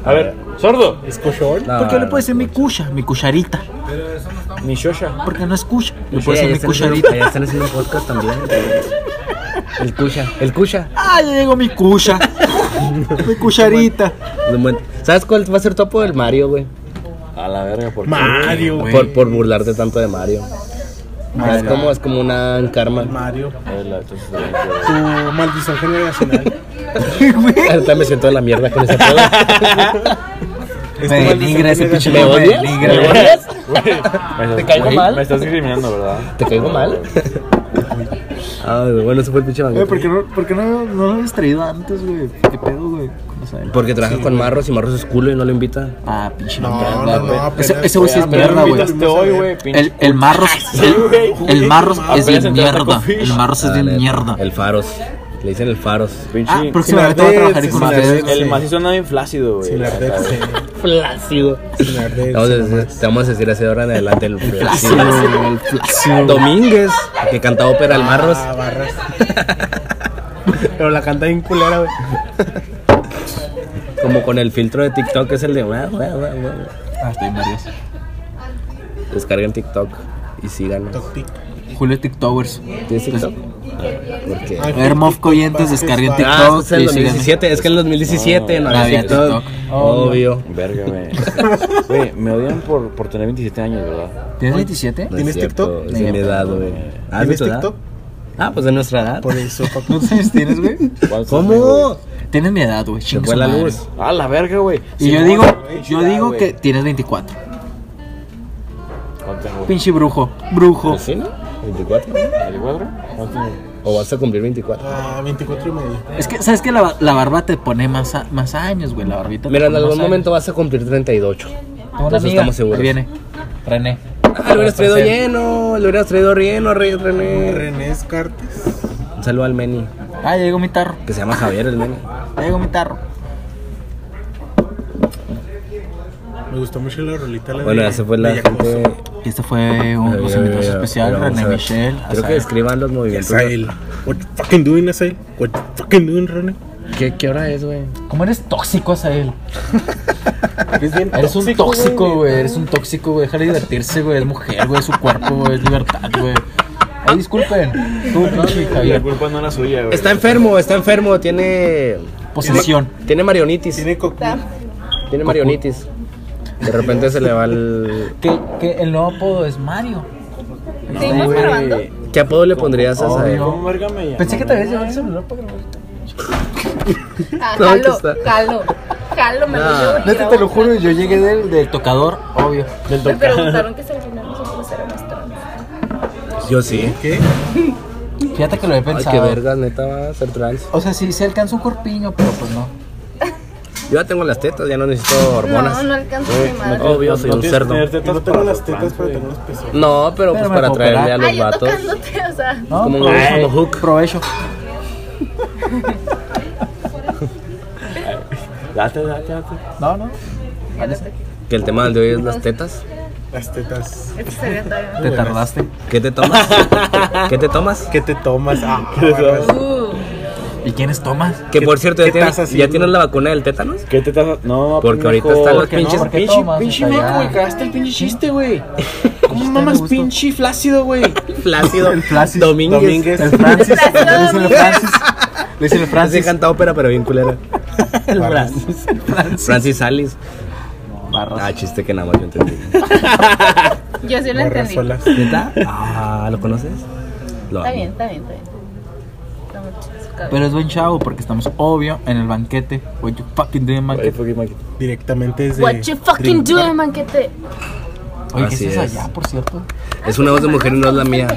A ver, sordo.
¿Es cochón?
No,
Porque yo le
no,
puedo decir mi cucha, mi cucharita.
Ni Shosha.
Porque no escucha. Le
Oye,
Pues
puedo decir
ahí
mi
están haciendo-
cucharita.
ahí
[LAUGHS]
están haciendo un podcast también. El Kusha. El Kusha.
Ah, ya llegó mi cucha.
Mi cucharita. ¿Sabes cuál va a ser tu apodo? El Mario, güey. A la verga, por
Mario, güey.
Por, por burlarte tanto de Mario.
Mario.
Es como, es como una karma.
Mario. Tu maldición generacional.
[LAUGHS] Ahorita me siento de la mierda con ese apodo.
Me denigra ese pinche
¿Me
lobo, me
odias?
denigra,
¿Me
güey.
odias?
estás-
¿Te caigo
güey,
mal?
Me estás discriminando, ¿verdad?
¿Te caigo mal? Ay, güey, bueno, ese fue el pinche
Oye, ¿por
banquete.
qué no, por qué no, no lo habías traído antes, güey? ¿Qué pedo, güey? ¿Cómo saben?
Porque trabaja
Sí,
con
güey.
Marros y Marros es culo y no lo invita.
Ah, pinche
no,
mierda, güey. Ese- ese güey sí es mierda, güey. El, el
[LAUGHS]
Marros, el, el Marros es bien mierda. El Marros es bien mierda.
El Faros. Le dicen el Faros.
Ah, próximamente voy a trabajar con ustedes.
El macizo anda bien flácido, güey.
Flácido. Vamos a decir- te vamos a decir así de ahora en adelante el
flácido,
flácido.
el flácido.
Domínguez, que canta ópera el Marros.
Ah, barras.
Pero la canta bien culera, güey. Como con el filtro de TikTok, es el de. Ah, estoy nervioso. Descarguen TikTok y síganos.
Julio TikTokers.
¿Tienes TikTok? Porque.
A ver, Mofco oyentes, descarguen
Ah,
TikTok
es el
y síganme.
2017, es que en el 2017 no,
No,
había
había
TikTok.
TikTok.
Obvio.
Verga,
[LAUGHS]
güey. Güey, me odian por, por tener 27 años, ¿verdad?
¿Tienes 27?
No es cierto, Es de mi edad, güey. Ah, ¿es de
¿Tienes
tu edad?
TikTok?
Ah, pues de nuestra edad. Por eso, [LAUGHS]
¿Cuántos años tienes, güey?
¿Cómo?
Tienes mi edad, güey.
Se
chinga
fue
su
la
madre.
luz.
A Ah, la verga, güey.
Y yo digo, yo digo que tienes 24. Pinche brujo,
¿Pues
brujo.
¿Sí, no? ¿24?
¿24?
¿O vas a cumplir 24?
Ah, 24 y medio.
Es que, ¿sabes que la, ba- la barba te pone más, a- más años, güey? La barbita. te
Mira, en
pone
algún
más años.
momento vas a cumplir 38.
Tengo una
Entonces
amiga,
estamos seguros.
Ahí viene. René.
Ah, lo hubieras traído lleno, lo hubieras traído lleno, Rey René.
René Escartes.
Un saludo al Meni,
Ah, ya llegó mi tarro.
que se llama Javier el Meni.
Ya llegó mi tarro.
Me gustó mucho la rolita. La
Bueno,
de-
ya se fue la
de Yakuza.
gente.
Y este fue un, los invitados especial, René Michel.
Creo que
Azael.
describan los movimientos.
Azael. What you fucking doing, Asael? What you fucking doing, René?
¿Qué, ¿Qué hora es, güey?
¿Cómo eres tóxico, Asael?
Eres bien
Eres un tóxico,
güey.
güey. Eres un tóxico, güey. Déjale divertirse, güey. Es mujer, güey. Es su cuerpo, güey. Es libertad, güey. Ay, disculpen. Tú, pinche
La
Javier.
culpa no era suya, güey.
Está enfermo, está enfermo, tiene.
Posesión.
Tiene marionitis.
Tiene cocu.
Tiene marionitis. De repente se le va el.
Que, que el nuevo apodo es Mario.
¿Seguimos grabando?
¿Qué apodo le pondrías a esa?
¿Cómo verga me llaman?
Pensé que te habías llevado el celular para grabar.
Ah,
No,
jalo,
que está-
jalo, jalo, me
Nah.
lo llevo y
Neta, este te lo
grabo.
juro, yo llegué del, del tocador, obvio. Del
Me preguntaron que si al final nosotros éramos trans.
Yo sí.
¿Qué?
Fíjate que lo he
Ay,
pensado.
qué vergas, neta, va a ser trans.
O sea, sí se alcanza un corpiño, pero pues no.
Yo ya tengo las tetas, ya no necesito hormonas.
No, no alcanzo
Güey,
mi madre.
no-
Obvio,
no
soy un
tienes que
cerdo.
tener tetas
No tengo
para
las
ser
tetas,
trans,
pero
güey.
tengo los pesos.
No, pero
Pero
pues
me
para
puedo
traerle a
operar.
Ah,
los
yo
vatos.
tocándote, o sea.
No,
Como un-
provecho,
como hook.
Provecho.
Date, date, date.
No, no.
Que el tema del de hoy es las tetas.
Las tetas.
Esto sería todavía.
Te tardaste.
¿Qué te tomas? ¿Qué te tomas?
¿Qué te
Pues,
tomas? Ah,
Uh,
¿Y quiénes tomas?
Que por cierto, ya,
qué
tienes,
estás
ya
haciendo?
tienes la vacuna del tétanos.
¿Qué tetas? No,
Porque ahorita
pendejo.
están los
¿Por qué no?
pinches-
¿Por qué?
Pinche, pinche meco, güey.
Cagaste el pinche chiste,
[LAUGHS]
güey. ¿Cómo
Chiste
mamas
de gusto.
pinche flácido, güey?
[LAUGHS]
Flácido.
El Francis.
Domínguez.
Domínguez.
El Francis.
Gracias,
Le dicen el
amiga.
Francis. Le
[LAUGHS]
dicen el
Francis
Francis.
canta ópera, pero bien culera.
[LAUGHS] El Francis.
Francis Alice.
Barras.
Ah, chiste que nada más yo entendí.
Yo sí lo
Barras
entendí.
solas.
¿Neta? Ah, ¿lo conoces? Lo
Está
amo.
bien, está bien, está bien. Está muy chido su cabello.
Pero es buen chavo porque estamos, obvio, en el banquete. What you fucking doing, man?
Ay, fucking Mike.
Directamente desde.
What you fucking
Dream-
doing, manquete?
Oye, ¿qué
Así
es eso
es.
allá, por cierto?
Es una voz de mujer y no es la mía.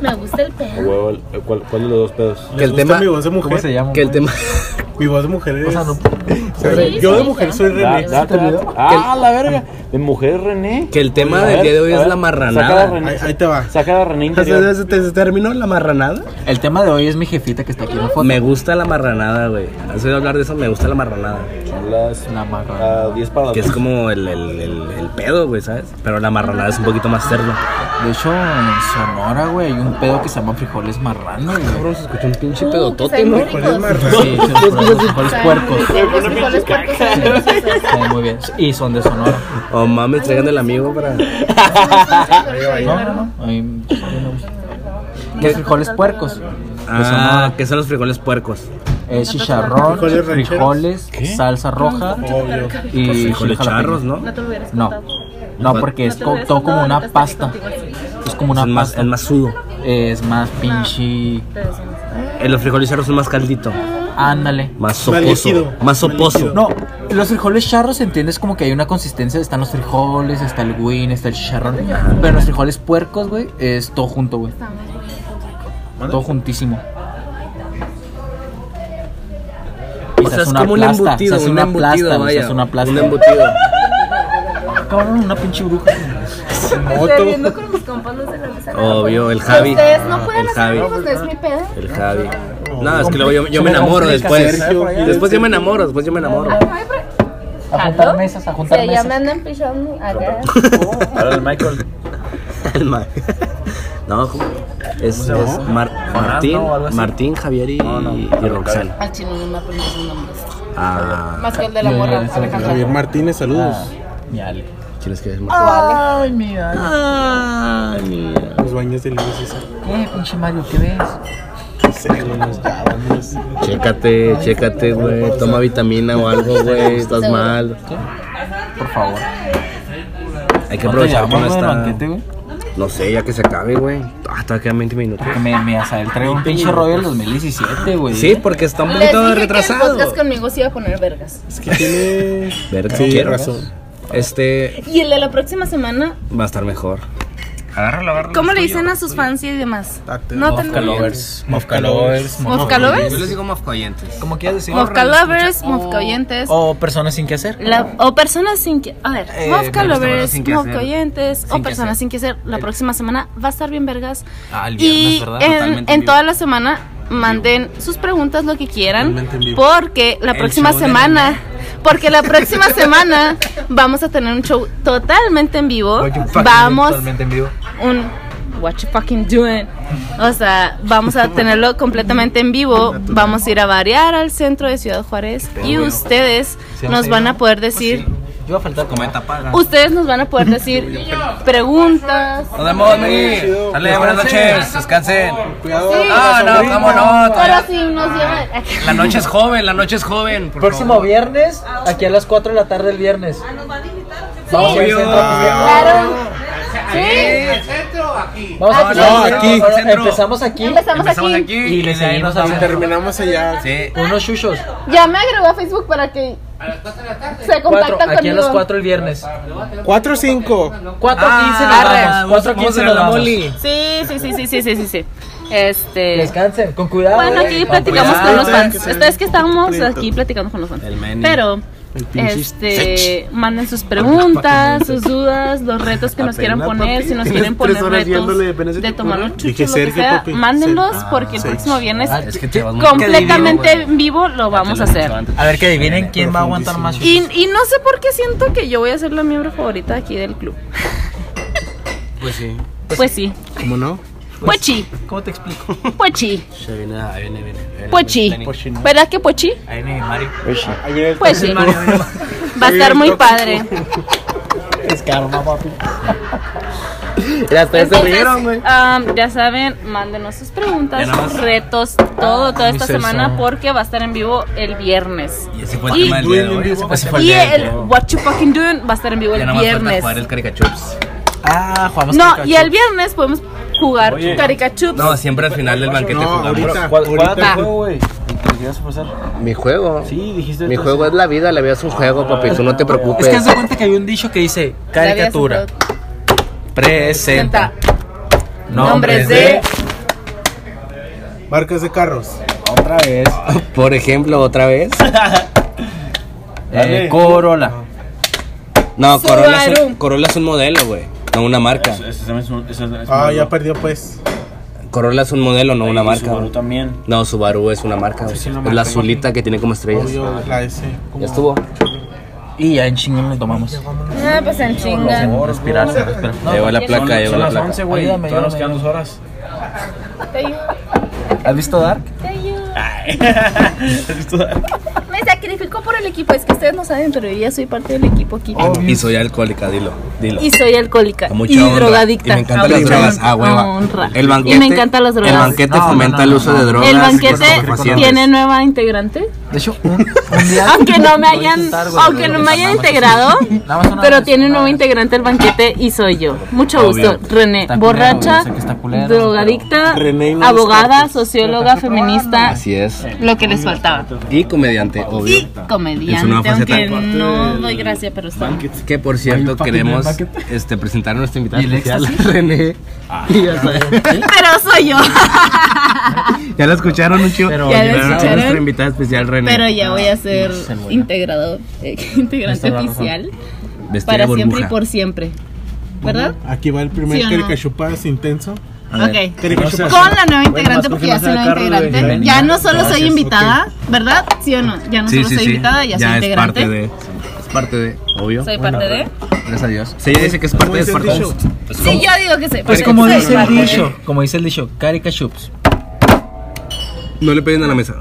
Me gusta el
A
pelo.
huevo, ¿Cuál, ¿Cuál de los dos pedos?
¿Les
Que el
gusta
tema-
Mi voz de
¿Cómo se
mujer.
llama?
Que el
güey?
tema.
Mi voz de mujer es.
O sea, no.
Sí,
Yo de
sí,
mujer
sí.
soy
Da-
René.
date, date. Ah, la verga. De mujer René.
Que el tema
A
del
ver,
día de hoy
a
es
ver,
la marranada.
saca la René-
Ahí, ahí te va.
Saca a René
[LAUGHS] ¿Se,
interior.
se- se- se terminó la marranada?
El tema de hoy es mi jefita que está aquí en la foto.
Me gusta la marranada, güey. ¿Has oído hablar de eso? Me gusta la marranada.
Son las
Ah.
La marra.
las 10 para las
Que es
12.
como el, el- el- el pedo, güey, ¿sabes? Pero la marranada es un poquito más cerdo.
De hecho, en Sonora, güey, hay un pedo que se llama frijoles marrano, güey.
se escuchó un pinche
Uh, que
pedotote,
saben
¿no?
ricos.
[LAUGHS] Sí, son frijoles frijoles
Saben
puercos.
ricos,
[LAUGHS]
Los frijoles puercos saben deliciosos.
Sí, muy bien. Y son de Sonora.
Oh, mames, traigan el amigo para.
No, no, no. Ay, Los frijoles puercos.
Ah, que son los frijoles puercos.
eh, chicharrón,
Frijoles rancheros.
frijoles,
¿Qué?
salsa roja
Obvio. Pues
y
frijoles
jalapeño.
charros, ¿no?
No te lo hubieras
No,
contado.
no porque es co- todo como una pasta. Es como una
Es más-
pasta.
es más sudo.
Es más pinche.
Eh, los frijoles charros son más caldito.
Ándale.
Más soposo. Más soposo.
No, los frijoles charros entiendes como que hay una consistencia. Están los frijoles, está el win, está el chicharrón. Pero los frijoles puercos, güey, es todo junto, güey. Todo juntísimo. Y
O sea,
se hace
es como un
plasta,
embutido,
se hace
un
una
embutido,
plasta, güey, se
vaya,
hace una plasta.
un embutido.
Cabrón, una pinche bruja.
Estoy viendo con mis compas los de la mesa.
Obvio, el Javi.
Ustedes no pueden
El
hacer
Javi.
amigos, no es mi pedo.
El Javi. No, es que luego yo, yo me enamoro
complica,
después.
Sergio.
Después yo me enamoro, después yo me enamoro.
A juntar mesas, a juntar
Se
mesas.
llaman andan pichando acá.
Ahora el Michael. El Ma- No, ¿cómo? es,
¿Cómo se llama?
es Mar-
Fernando
Martín,
o algo así.
Martín, Javier y, y Roxana.
Al chino Ah, no me aprendí sus nombres.
Ah.
Más que el de la morra.
Javier Martínez, saludos.
Yale.
Tienes que
Ay, mira.
Ay, mira.
Los baños de Luis César.
¿Qué, pinche Mario? ¿Qué ves?
Chécate, chécate, güey. Toma vitamina o algo, güey. Estás
Seguro.
mal.
Por favor.
Hay que aprovechar que no
¿Cuánto llevamos,
está.
banquete, güey?
No sé, ya que se acabe, güey. Ah, todavía quedan 20 minutos.
Me, me hasta el traigo un pinche rollo del 2017, güey.
Sí, porque está un
Les
poquito
dije que el
retrasado.
podcast conmigo se iba a poner vergas.
tiene. Verga,
Sí,
quiero.
razón.
Este
Y el de la próxima semana,
va a estar mejor. Agárralo, agárralo.
¿cómo le dicen a sus fans y demás? No
Mofka
tengo.
lovers. Mofka lovers.
Mofka lovers. Oh.
Yo les digo mofca oyentes.
Como quieras decir.
Mofka lovers, mofca oyentes.
O personas sin que hacer.
La- o personas sin que. A ver,
Eh,
Mofka
me gusta hablar
Lovers,
sin que
Mofka
hacer.
Oyentes,
Sin
o
que
personas
hacer.
sin que hacer. La próxima semana va a estar bien vergas.
Ah, el viernes,
Y
¿verdad?
en,
Totalmente en
en
vivo.
toda la semana manden sus preguntas, lo que quieran.
Totalmente en vivo.
Porque la
El
próxima
show de la
semana. Porque
[LAUGHS]
la próxima semana vamos a tener un show totalmente en vivo. Vamos.
Totalmente en vivo.
Un. What you fucking doing? O sea, vamos a tenerlo completamente en vivo. Vamos a ir a variar al centro de Ciudad Juárez. Y
Pero,
ustedes
sí,
nos
sí,
van
¿no?
a poder decir
Yo voy a faltar cometa paga.
Ustedes nos van a poder decir preguntas.
Nos vemos, mi. Dale, buenas noches. Descansen.
Cuidado.
Ah, no, cómo no.
Pero si nos llevan.
La noche es joven, la noche es joven. por
Próximo viernes, aquí a las 4 de la tarde del viernes. Vamos a ir
Obvio.
al centro, pues,
Claro.
Sí.
Vamos a
Aquí.
empezar
No,
al
aquí.
Ah, centro.
Al centro.
Empezamos aquí.
Empezamos Empezamos aquí. aquí.
Y le
Y de ahí
seguimos
nos
al centro.
terminamos allá.
Sí. Unos chuchos.
[LAUGHS] Ya me agregó a Facebook para que se
Cuatro.
contactan
Aquí a las
conmigo.
4 el viernes.
4 o 5.
4 a 15 nos
arre.
Ah, vamos. 4 a 15 nos vamos.
Sí, sí, sí, sí, sí, sí, sí, sí. Este.
Descansen, con cuidado.
Bueno,
eh,
aquí
con
platicamos
cuidado.
con los fans. Esta vez que estábamos aquí platicando con los fans.
menú.
Pero.
pinche
Este, manden sus preguntas, sus dudas, los retos que nos quieran
Apenas,
poner,
papi.
si nos
Tienes
quieren
tres
poner
horas
retos
viéndole, apenas se
de
te
tomar
ocurre.
los
Dije
chuchos, lo que
Sergio,
sea,
papi.
mándenlos
Sergio.
porque el próximo viernes
Ah, es que te vas muy-
completamente
Qué divino,
en vivo lo vamos a hacer.
A ver que adivinen quién va a aguantar más
Y, y no sé por qué siento que yo voy a ser la miembro favorita aquí del club.
Pues sí.
Pues sí.
¿Cómo no?
Pochi,
¿Cómo te explico?
Pochi,
Ya viene, ahí viene, viene.
Pochi. ¿Verdad que Pochi?
Ahí viene Mario.
Ahí viene el
Pues
taxi.
sí. Va a estar muy padre.
Es karma, papi.
Mira, ustedes se
Entonces,
rieron, güey.
am, ya saben, mándenos sus preguntas,
Ya nada más.
sus retos, todo, toda
mi
esta
Celso.
semana, porque va a estar en vivo el viernes. Y
Ese fue el tema del día de hoy. Ese fue el tema
y
del día
el
de hoy.
What You Fucking Doing va a estar en vivo
Pues Ya
el
nada más falta
viernes.
jugar el caricachups.
Ah, jugamos
No, y el viernes podemos jugar
Oye.
caricachups.
No, siempre al final del banquete jugamos.
¿Cuál, cuál era
ahorita.
tu juego, güey? ¿Te llegas a pasar?
Mi juego.
Sí, dijiste.
Mi juego es la vida, la vida es un juego, papi. Tú no te preocupes.
Es que se cuenta que hay un dicho que dice caricatura. Presenta.
Nombres de.
Marcas de carros.
Otra vez.
[LAUGHS] Por ejemplo,
[LAUGHS]
otra vez.
Eh, Corolla.
No, Corolla es, un,
Subaru.
Corolla es un modelo, güey. No una marca.
Ah, ya perdió pues.
Corolla es un modelo, no una marca.
Subaru
güey.
también.
No, Subaru es una marca. güey. es la azulita que tiene como estrellas.
Obvio, la S.
Ya estuvo.
Y ya en chingón nos tomamos.
Ah, pues en chinga.
Sin respirar, sin respirar.
Llegó la placa, llegó la placa.
güey.
Ayúdame,
Todavía nos
ayúdame.
quedan dos horas.
Te ayudo,
¿Has visto Dark?
te ayudo.
¿Has visto?
Me sacrifico critico por el equipo, es que ustedes no saben, pero yo ya soy parte del equipo aquí.
Y soy alcohólica, dilo, dilo.
Y soy alcohólica
Con mucha
y
honra.
drogadicta.
Y me encantan las drogas. Ah, hueva.
Honra.
El banquete-
y me encantan las drogas.
el banquete No, no, fomenta no, el no, uso no. de drogas
El
y
banquete
estupefacientes.
tiene nueva integrante.
De hecho,
[LAUGHS] aunque no me hayan,
intentar, güey,
aunque
pero
no
nada
me
más.
hayan integrado,
[LAUGHS] Nada más una
pero tiene un nuevo integrante el banquete y soy yo. Mucho
Obvio.
gusto, René,
Está culero,
borracha,
güey, sé que está culero,
drogadicta,
René y no
[LAUGHS]
abogada, socióloga, feminista,
Así es.
lo que les faltaba.
Y comediante, obvio.
Y
En su nueva
comediante,
faceta.
aunque no doy gracia, pero está.
Que por cierto queremos este, presentar a nuestra invitada
¿Y el
especial,
éxtasis?
René. Y [LAUGHS] ya, saben,
[LAUGHS] Pero soy yo.
ya la escucharon un chivo.
Ya la
a
escucharon.
nuestra invitada especial, René.
Pero ya voy a ser
se muera.
integrado, eh, [LAUGHS] integrante
Esta es la
oficial
Vestida
para
de
siempre y
burbuja.
por siempre. ¿Verdad?
Aquí va el primer
¿Sí o no?
caricachupas intenso.
Ok.
Caricachupas.
Con la nueva integrante,
Bueno, más
porque ya
no
soy
sea
nueva
Carlos, güey.
integrante. Ya no solo soy
Gracias,
invitada, ¿verdad? ¿Sí o no? Ya no
Sí,
solo
sí,
soy
sí.
invitada, ya, soy
es
integrante.
parte de. Es parte de, obvio.
Soy parte de.
Gracias a Dios. Si ella dice que es parte de, es parte de.
Sí, yo digo que soy.
Pues
parte-
como
soy
dice el
parte de-
dicho, como dice el dicho, Carica Chups.
No le peguen a la mesa.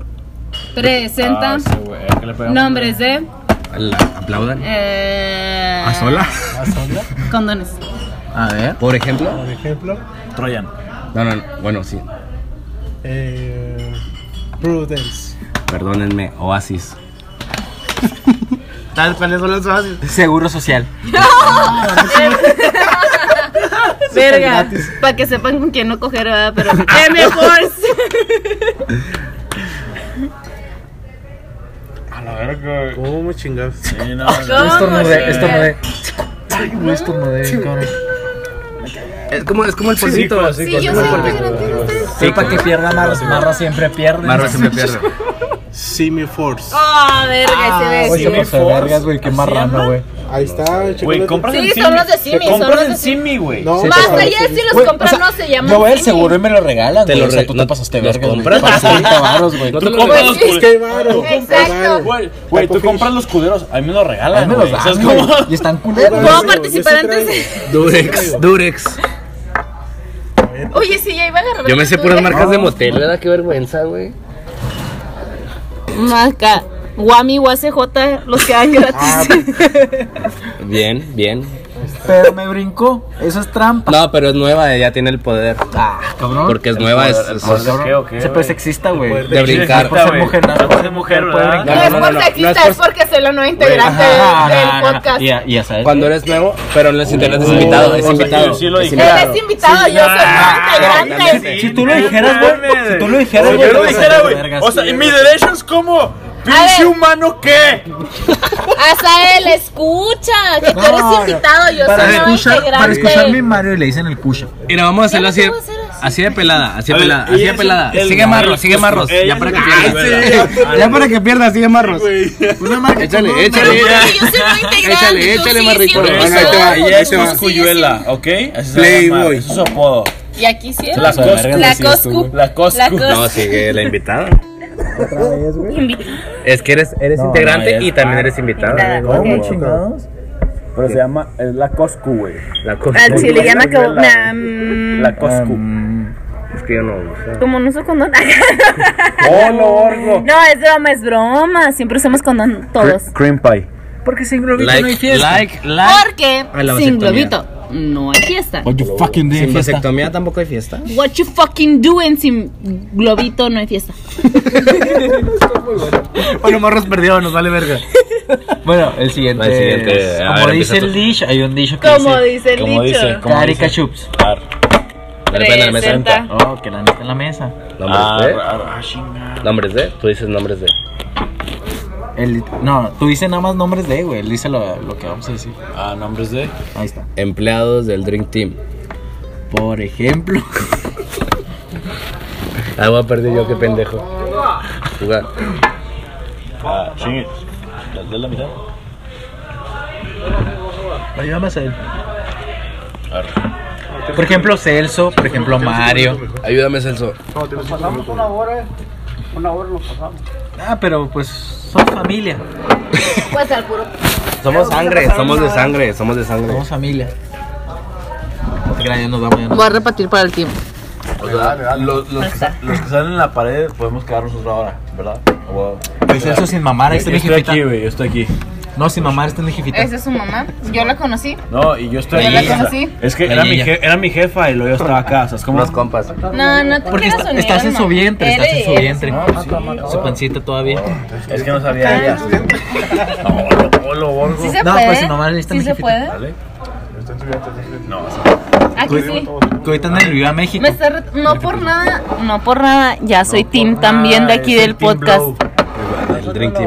Presenta
Ah,
nombres de
La aplaudan.
eh,
¿A sola?
condones.
A ver. Por ejemplo.
Por ejemplo,
Troyan. No, no, no. Bueno, sí.
eh, Prudence.
Perdónenme, Oasis.
Tal cuáles son los bases.
Seguro social.
Verga, para que sepan con quién no coger, ¿verdad?
[LAUGHS]
pero M Force.
A la verga. ¿Cómo chingados?
Estornudé, estornudé. Ay, güey, estornudé, cabrón.
Es como, es como el polvito.
Sí, yo soy Sí, para que pierda Marro. Marro siempre pierde.
Marro siempre pierde.
Simi Force.
Ah, verga, ese de
Oye, pues de vergas, güey, qué marrano, güey.
Ahí está,
Güey, compras
Sí,
en
son
Simi.
los de Simi,
Te compras
son los
en
de
Simi, güey.
No,
Más allá de si los
Güey, o
compras,
sea,
no se llaman.
Yo voy al
Simi.
seguro y me lo regalan,
Te
güey.
lo
O sea,
re-
tú
no-
te pasaste
los
verga. güey.
compras.
Pagaste 30 varos, güey.
Tú compras los
Pues,
culeros.
Exacto.
Güey, güey, tú compras los culeros. A mí me los
Ay,
regalan.
me los
güey. ¿Sabes
dan, güey.
cómo?
Y están culeros.
¿Puedo participar antes? de-
Durex, Durex.
Oye, sí, ya iba a agarrar. ¿eh?
Yo me sé puras
la
marcas de motel, ¿verdad? Qué vergüenza, güey.
Marca. Guami, UACJ, los que dan
Ah,
[LAUGHS] gratis.
Bien, bien.
Pero me brincó. Eso es trampa.
No, pero es nueva, ella tiene el poder.
Ah, cabrón.
Porque es nueva, es, es-
Cabrón, Se puede sexista, güey.
de brincar.
Por ser mujer, nada.
Tú eres mujer, ¿verdad?
No, es por sexista, es porque soy la nueva integrante del- del podcast.
Cuando eres nuevo, pero en los internet
Oh,
es invitado, es invitado.
yo sí lo
es
dije.
invitado.
Eres invitado, yo soy nueva integrante.
Si tú lo dijeras, güey. Si tú lo dijeras,
Pero
güey.
yo lo dijera, güey.
verga,
O
sí,
sea, ¿y
güey.
mi derecho es como? ¿Pinche humano qué?
Azael, escucha, que tú eres
No, no.
invitado, yo soy
Para
nueva
escuchar,
integrante.
para escuchar mi Mario le dicen el cucha.
Mira, vamos a hacerlo así,
puedo hacer
así de pelada, así
A
de
ver,
pelada,
ella
así de
es
pelada.
el-
Sigue
el-
Marros, sigue
el-
Marros.
ella
Ya
es
para que
el-
pierdas. Ya para que pierdas, sigue Marros. Una marca. Échale,
Pero
échale.
porque yo soy nueva integrante.
Échale, échale,
tú
más
sí,
rico.
siempre
Venga, ahí te
soy.
va, ahí te va.
Tú sí,
Cuyuela, ¿ok? Así se
Playboy.
llama, Eso es su apodo.
sí. Y aquí sí.
La Coscu.
La Coscu.
La Coscu.
La Coscu.
No, sigue la invitada. Es que eres, eres integrante y también eres invitada. pues,
¿Cómo chingados? Pero se llama, es la Coscu, güey.
La cosa
Al chile ya me acabo.
La-
me- mm,
La Coscu.
es que yo no uso.
Como no uso condón. [LAUGHS]
¡Oh, lo horno!
No, es broma, es broma. Siempre usamos condón todos.
Cream pie.
Porque sin globito no hay
Like,
fiesta.
like, like.
Porque
A la
sin
vasectomía.
globito no hay fiesta.
What you fucking
Sin
doing, fiesta.
vasectomía tampoco hay fiesta.
What you fucking doing sin globito no hay fiesta.
Bueno, Marros perdió, nos vale verga.
Bueno, el siguiente.
El siguiente,
es-
a
Como
ver,
dice
empieza
el
tú.
dish, hay un dicho que
Como
dice.
dice el
Como
dicho.
dice, como
Carica
dice.
chups.
Ar.
Dale, pena, la mesa.
Presenta.
Oh, que la neta en la mesa.
Nombres
Ar, ar, ar,
de. Nombres de. Tú dices nombres de.
El, no, tú dices nada más nombres de, güey. Él dice lo, lo que vamos a decir.
Ah, nombres de.
Ahí está.
Empleados del Drink Team.
Por ejemplo.
Ah, voy a perder yo, qué pendejo. Jugar.
Ah, chingue. ¿Las de la mitad?
Ayúdame a él. Por ejemplo, Celso. Por ejemplo, Mario.
Ayúdame, Celso.
Ah, pero pues son familia.
Pues al puro.
Somos sangre, somos de sangre, somos de sangre.
Somos familia. No te creas, ya nos vamos. ya nos
Voy a repartir para el tiempo.
O sea, los, los que, sa- los que salen en la pared podemos quedarnos otra hora, ¿verdad?
Pues eso sin mamar, ahí está
Yo
mi
estoy
jefita.
aquí, güey, yo estoy aquí.
No, sin mamar, está mi jefita.
Esa es su mamá. Yo la conocí.
No, y yo estoy
Yo la
aquí.
conocí.
Es que
La
era mi,
niña.
je- era mi jefa y luego yo estaba acá, ¿sabes cómo? Los
compas.
No, no te
Porque
quieras
está-
unir,
estás en
no.
su vientre, estás en su
Eres-
vientre. Su pancita todavía.
Es que no sabía ella. No, lo borgo.
¿Sí se
No,
puede?
pues, nomás necesita
¿Sí
mi
se
jefita.
puede?
No,
Aquí sí.
Que ahorita andan en el Viva México.
Me está re- No por nada, no por nada. Ya soy team también de aquí del podcast.
El drink team.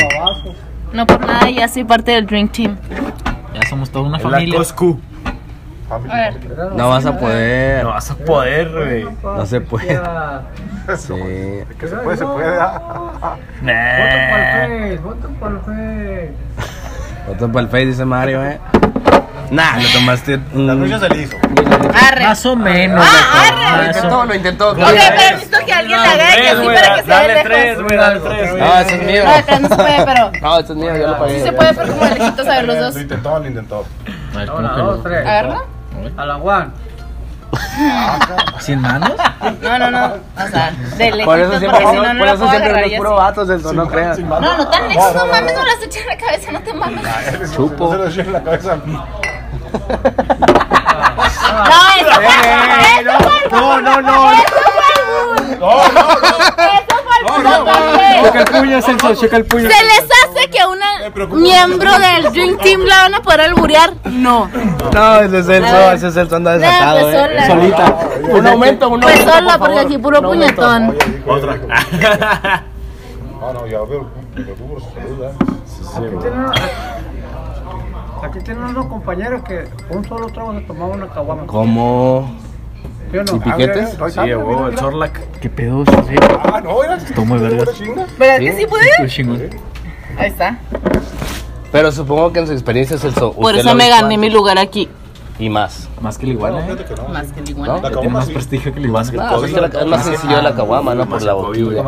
No por nada, ya soy parte del Drink Team.
Ya somos toda una familia.
A ver.
No vas a poder. No
vas a poder, güey.
No se puede. Sí.
Que se puede, se puede.
Eh,
Voto por el juez.
Otro para el Face, dice Mario, eh. Nah, lo tomaste. La
lucha se le hizo.
Más
Ah,
o menos.
Lo
intentó,
lo intentó.
Ok, pero necesito que alguien la agarre así para que se vea lejos.
güey, dale tres.
No, ese es mío.
No, acá no se puede, pero
[LAUGHS] No, ese es mío, yo lo pagué.
sí se puede, pero como de lejitos a ver los dos.
Lo intentó, lo intentó.
Una, dos, tres.
¿Agarra?
A la Juan.
¿Sin manos?
No, no, no. O sea, de lejitos,
Por eso
porque si
siempre,
no, no
por
la
eso
puedo
siempre
agarrar
los
yo
puro
así.
vatos, eso no creas.
No, no tan lejos, no mames, no las eché en la cabeza, no te mames.
Chupo.
Se lo echó en la cabeza.
[LAUGHS] No, eso fue eso fue
No,
el
no, no.
Checa
el puño, Celso, checa el
Se
puño.
les hace que a una miembro del Dream Team la van a poder alburear. No.
No, [LAUGHS] ese es el sol, ese es el sol, anda desatado,
pues sola.
eh. Solita. Un aumento, un aumento.
Pues
por
sola,
favor.
porque aquí puro puñetón.
Otra.
No, no, ya veo. Pero tú por su salud, ¿eh?
Aquí tienen unos compañeros que un solo trago se tomaba una caguama.
¿Cómo?
¿Sí o no? Ah,
¿Y piquetes?
Sí, a huevo, el
Sorlac. ¿Qué pedo?
Ah, no, era.
Está muy vergas.
¿Verdad que sí puede?
Qué chingón.
Ahí está.
Pero supongo que en su experiencia es el sol.
Por eso me gané mi lugar aquí.
Y más.
Más que el iguana, eh.
Más que el
¿No?
iguana.
Tiene más
prestigio que el iguana.
Ah, pues es, que la- es más sencillo la caguama, ¿no? Por la botella.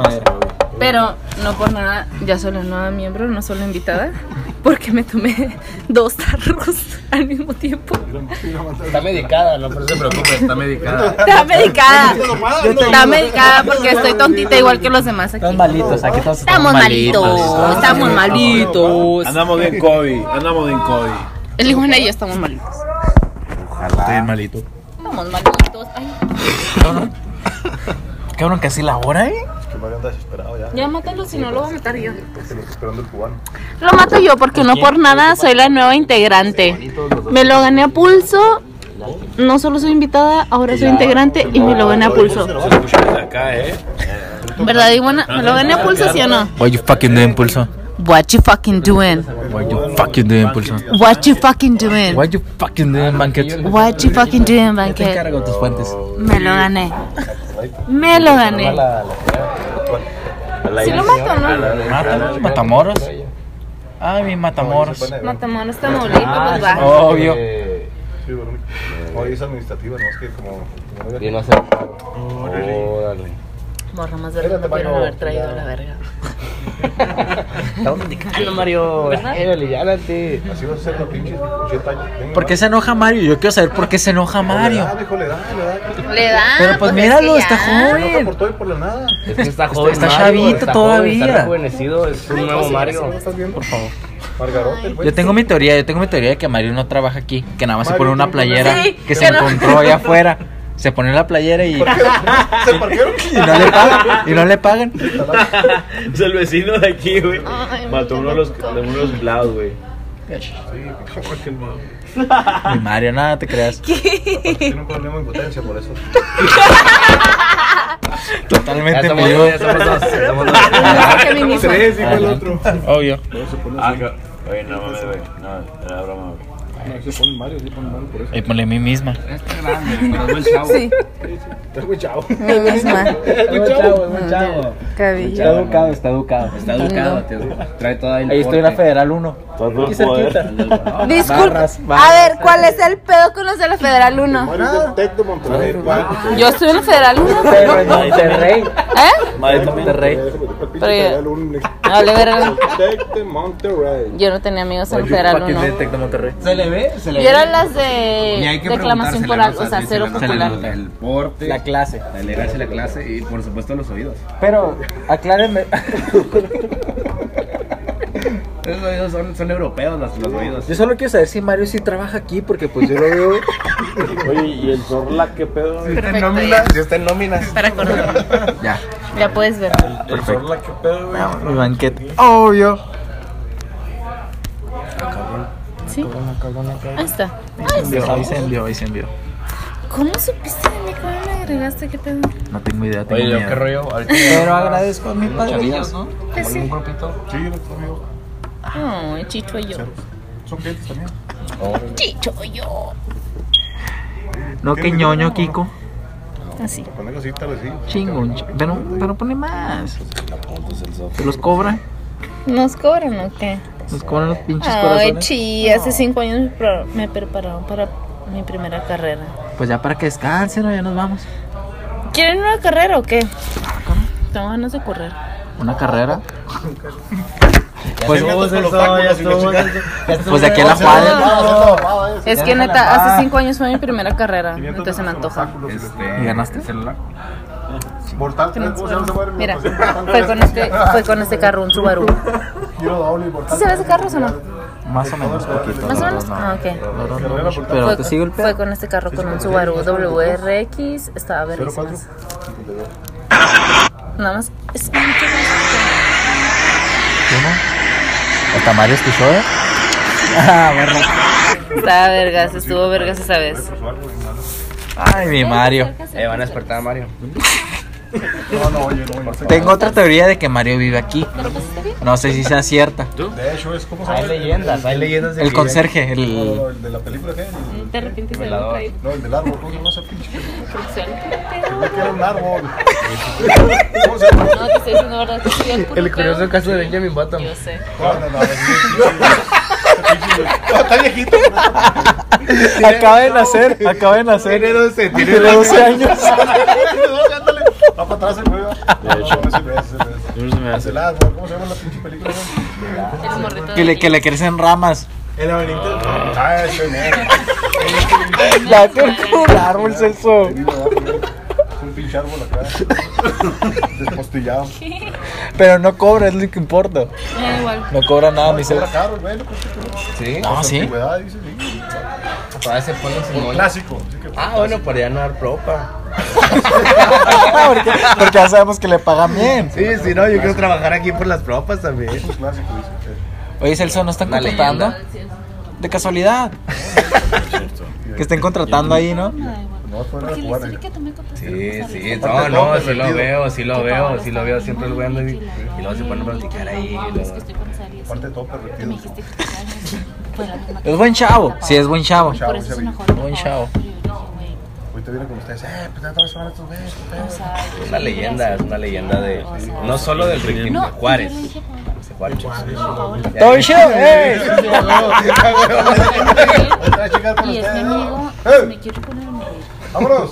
Pero no por nada, ya soy la nueva miembro, no solo invitada, porque me tomé dos tarros al mismo tiempo.
Está medicada, no, no se preocupe, está medicada.
Está medicada. Está medicada porque estoy tontita igual que los demás aquí.
malitos, aquí todos
Estamos malitos, estamos malitos.
Andamos bien COVID, andamos bien COVID.
El hijo y yo estamos malitos.
Estoy bien malito.
Estamos malitos. Ay,
Cabrón, casi la hora, eh.
Que Mario anda desesperado ya.
ya mátalo, si no lo voy a matar yo.
Se lo está esperando el cubano.
Lo mato yo porque no por nada soy la nueva integrante. Me lo gané a pulso. No solo soy invitada, ahora soy integrante y me lo gané a pulso.
Acá, eh.
¿Verdad, Iguana? ¿Me lo gané a pulso, sí o no?
What you fucking doing, pulso?
What you fucking doing?
What you fucking doing, pulso?
What you fucking doing?
What you fucking doing, banquet?
What you fucking doing, banquet?
Cargo tus fuentes.
Me lo gané. Me lo gané. ¿Sí lo mato o no?
Mátalo, Matamoros. Ay, mi Matamoros.
Matamoros, Tamaulipas, pues va.
Obvio.
Sí, Verónica. Oye, es administrativa, no es que como. como-
Y no se. Órale.
Morra más verga, te pudieron haber traído a la verga.
Estamos platicando, Mario. Órale, ya, adelante.
Así vas a ser los pinches 80 años. Venga,
¿Por qué se enoja Mario? Yo quiero saber por qué se enoja Mario.
Ah, viejo, le da, le da.
Le da.
Pero pues
es
míralo,
que
está
ya.
No
[LAUGHS]
está
joven.
por todo y por la nada.
Es que está joven.
está
Mario,
chavito
está
todavía.
Joven, está rejuvenecido, es un nuevo Mario.
Por favor.
Margarote, el güey.
Yo tengo mi teoría, yo tengo mi teoría de que Mario no trabaja aquí, que nada más se pone una playera
Sí,
que se
que no.
encontró allá afuera. Se pone la playera y,
¿Se parquearon?
[LAUGHS] y no le pagan. Y no le pagan.
[LAUGHS] Es el vecino de aquí, güey.
Ay,
Mató uno de los, de uno de los empleados, güey.
Y Mario, nada, te creas.
Tiene un problema de impotencia por eso.
Ya
[LAUGHS] Totalmente
somos
me dio-
dos, ya somos dos. ya somos dos.
Feminismo.
Tres, dijo el otro.
Obvio.
Ah, que- Oye, no mames, güey. No, era broma, güey.
No, se pone Mario, se pone Mario por eso.
Y ponle a mí misma.
Sí,
Está muy chavo.
mi misma. Cabello.
educado, está educado.
Está educado, tío. Trae toda el
Ahí estoy en la
porte.
Federal 1.
Todo el
Aquí
poder.
cerquita.
Disculpa.
Barras,
A
barras.
ver, ¿cuál es el pedo con los de la Federal 1?
Mario es del Tec de Monterrey. ¿cuál?
Yo estoy en la Federal 1.
[LAUGHS]
Pero en Monterrey.
¿Eh?
Madre también.
Monterrey.
Pero yo-
Tec
No, le verga.
de Monterrey.
Yo no tenía amigos en la Federal 1.
Monterrey. Se le ve, se
Yo era las de declamación oral, o sea, cero popular.
El porte,
La clase. [LAUGHS]
la elegancia, la clase y por supuesto los oídos.
Pero aclárenme.
Esos oídos son, son europeos los, los oídos.
Yo solo quiero saber si Mario sí trabaja aquí, porque pues yo lo veo. [LAUGHS]
Oye, ¿y el Zorla qué pedo?
Si está en nómina, si está en nómina.
Para acordar.
Ya.
Ya puedes ver.
El Zorla qué pedo, güey.
Mi banquete. Obvio.
Sí. Ahí está.
Ahí se envió, ahí se envió, ahí se envió.
¿Cómo supiste de mí? ¿Cómo me agregaste? ¿Qué pedo?
No tengo idea. Tengo
Oye, yo
miedo.
qué rollo. Ahorita
Pero agradezco a mi
Muchas
padre.
gracias,
¿no?
Pues sí.
grupito.
Sí, el otro amigo.
No, Chicho y yo.
Son clientes también.
Chicho y yo.
No, que ñoño, Kiko.
Así.
Ponen así, tal así.
Chingón. ch- Pero, pero pone más. Se los cobra.
¿Nos cobran o qué?
Nos cobran los pinches
Ay,
corazones.
chi, hace cinco años me pro- me prepararon para mi primera carrera.
Pues ya para que descansen, ¿no? ya nos vamos.
¿Quieren una carrera o qué? Tengo ganas de correr.
Una carrera.
Pues
se
vos
meten
eso,
con los
ya
tacos y la
estuvo, ya
chingada.
estuvo, ya estuvo.
Pues de aquí a la
No, es que
Déjala
neta,
en paz.
hace cinco años fue mi primera carrera, entonces se me antoja.
¿Y ganaste?
Mortal
Que no
3,
nos
¿cómo se llama ese
fueron.
madre?
Mira,
Mortal
fue con
3.
este, fue con este carro, un Subaru.
Quiero doble, Mortal
¿Sí se ve
3.
ese carro o no?
Más o menos poquito.
Más o
no,
menos.
no.
Ah, ok.
No, no, no, no, Pero te
fue,
sigo el
fue con este carro, con un Subaru WRX, estaba vergüenza. Nada más. Es
¿El tamario escuchó, eh? Ah, bueno.
Estaba vergas, estuvo vergas esa vez.
Ay, mi Mario.
Eh, van a despertar a Mario.
No, no, oye, no, oye.
Tengo otra teoría de que Mario vive aquí.
bien.
No sé si sea cierta.
De hecho, es como
Hay leyendas, hay leyendas de
El
que-
conserje,
No, no,
el.
el de la película, ¿qué? El-
De repente se
Velador.
me
No, el del árbol, ¿cómo se llama esa pinche? película?
No,
Creo que era un
[LAUGHS]
árbol. ¿Cómo se llama?
te estoy diciendo verdad. que sí, el puro
El curioso
pedo.
caso de Benjamin Button.
Yo sé.
No, no, no, es pinche- No, Está viejito.
Acaba de nacer, acaba de nacer.
Tiene 12, tiene
Tiene 12 años.
Ándale, Va para atrás el juego. No, no, ese no es, ese no es. Es el árbol, ¿cómo se llama la pinche película?
El morrito de
Que le, que le crecen ramas.
El laberinto. Ah, ese no.
[LAUGHS] La el árbol Celso.
Vivo abajo, ¿no? Es un pinche árbol acá. Despostillado.
Pero no cobra, es lo que importa.
Me da igual.
No cobra nada, mi
Era
Celso.
caro, bueno, pues, que-
Sí.
Ah,
su
sí.
antigüedad, dice, sí.
Todavía se ponen sin
Un
moño.
clásico. así que-
Ah, bueno, por ya no dar propa.
[LAUGHS] porque, porque ya sabemos que le pagan bien.
Sí, sí, no, yo quiero trabajar aquí por las propas también.
Un clásico, dice.
Oye, Celso, ¿no están
Una
contratando? De casualidad. que estén contratando ahí, ¿no?
No, fue una
Porque le
cubana.
historia que tú me contaste.
Sí, sí, no,
Aparte,
no,
todo
sí lo
permitido.
veo, sí lo
Que
veo,
Pablo
sí
está
lo veo,
bien
siempre lo veo y,
tranquila,
y luego se ponen a
y que
platicar
me
ahí.
dijo,
y
"Wow, es que
luego-
estoy con Sari, así".
Aparte, todo
Que me
pervertido.
dijiste que te años fue la misma
Es buen chavo. Sí, es buen chavo.
Y por eso
Chavo,
se enojó.
Buen
por
chavo.
favor. Y yo dije,
Ahorita viene con ustedes. Eh, pues ya todas se van a estos güeyes. qué
"Güey,
pedo".
o sea, yo
Es
soy
una leyenda, es una leyenda de.
O sea,
No solo del Ricky,
no,
de Juárez.
y yo le dije, "Pablo,
De Juárez.
por favor".
¡Todo chido! ¡Eh!
Otra chica con
Y es mi
ustedes.
amigo,
¡Eh!
me quiero poner a morir.
¡Vámonos!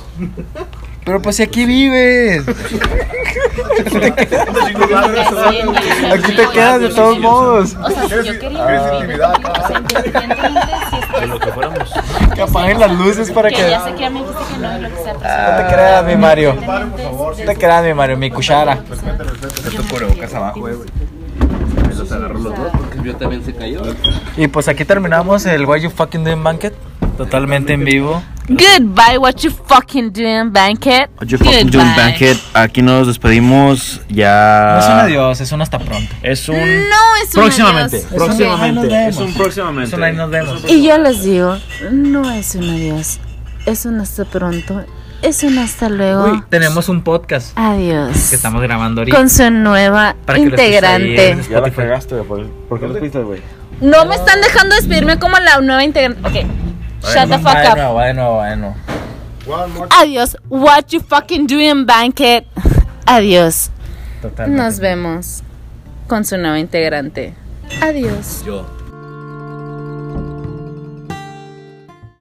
Pero pues si aquí vives. Aquí te quedas de todos modos.
O sea, si
¿Quieres
yo
in-
quería
quieres
morir,
intimidad?
yo también, o sea, independientemente si es que-
Que apaguen las luces para
que
que.
ya sé que ya me dijiste que no y lo que sea, pues. pero
No te
sí.
creas, mi Mario.
Pare, por favor.
No te creas, mi Mario, mi cuchara.
Respete, respete.
Tu cubrebocas abajo, eh, güey. Me los agarro los dos porque el mío también se cayó.
Y pues aquí terminamos el Why You Fucking Doing Banquet. Totalmente en vivo.
Goodbye, what you fucking doing, banquet.
Yo fucking
Goodbye.
June Banquet. Aquí nos despedimos. Ya.
No es un
Ah.
adiós, es un hasta pronto.
Es un.
No es un
Próximamente.
adiós.
Próximamente.
Es
Es un
Es
próximamente.
un ahí nos vemos.
Y yo les digo, no es un adiós, es un hasta pronto, es un hasta luego.
Uy, tenemos un podcast
Adiós.
que estamos grabando ahorita.
Con su nueva
Para que lo escuches ahí
integrante.
en
Ya la
Spotify.
cagaste, güey. por- ¿Por qué no fuiste, güey?
No me están dejando despedirme como la nueva integrante. Ok. Shut the fuck
Va de
up.
nuevo, va de nuevo, va de nuevo.
One more.
Adiós. What you fucking doing, banquet. Adiós.
Totalmente.
Nos vemos con su nueva integrante. Adiós.
Yo.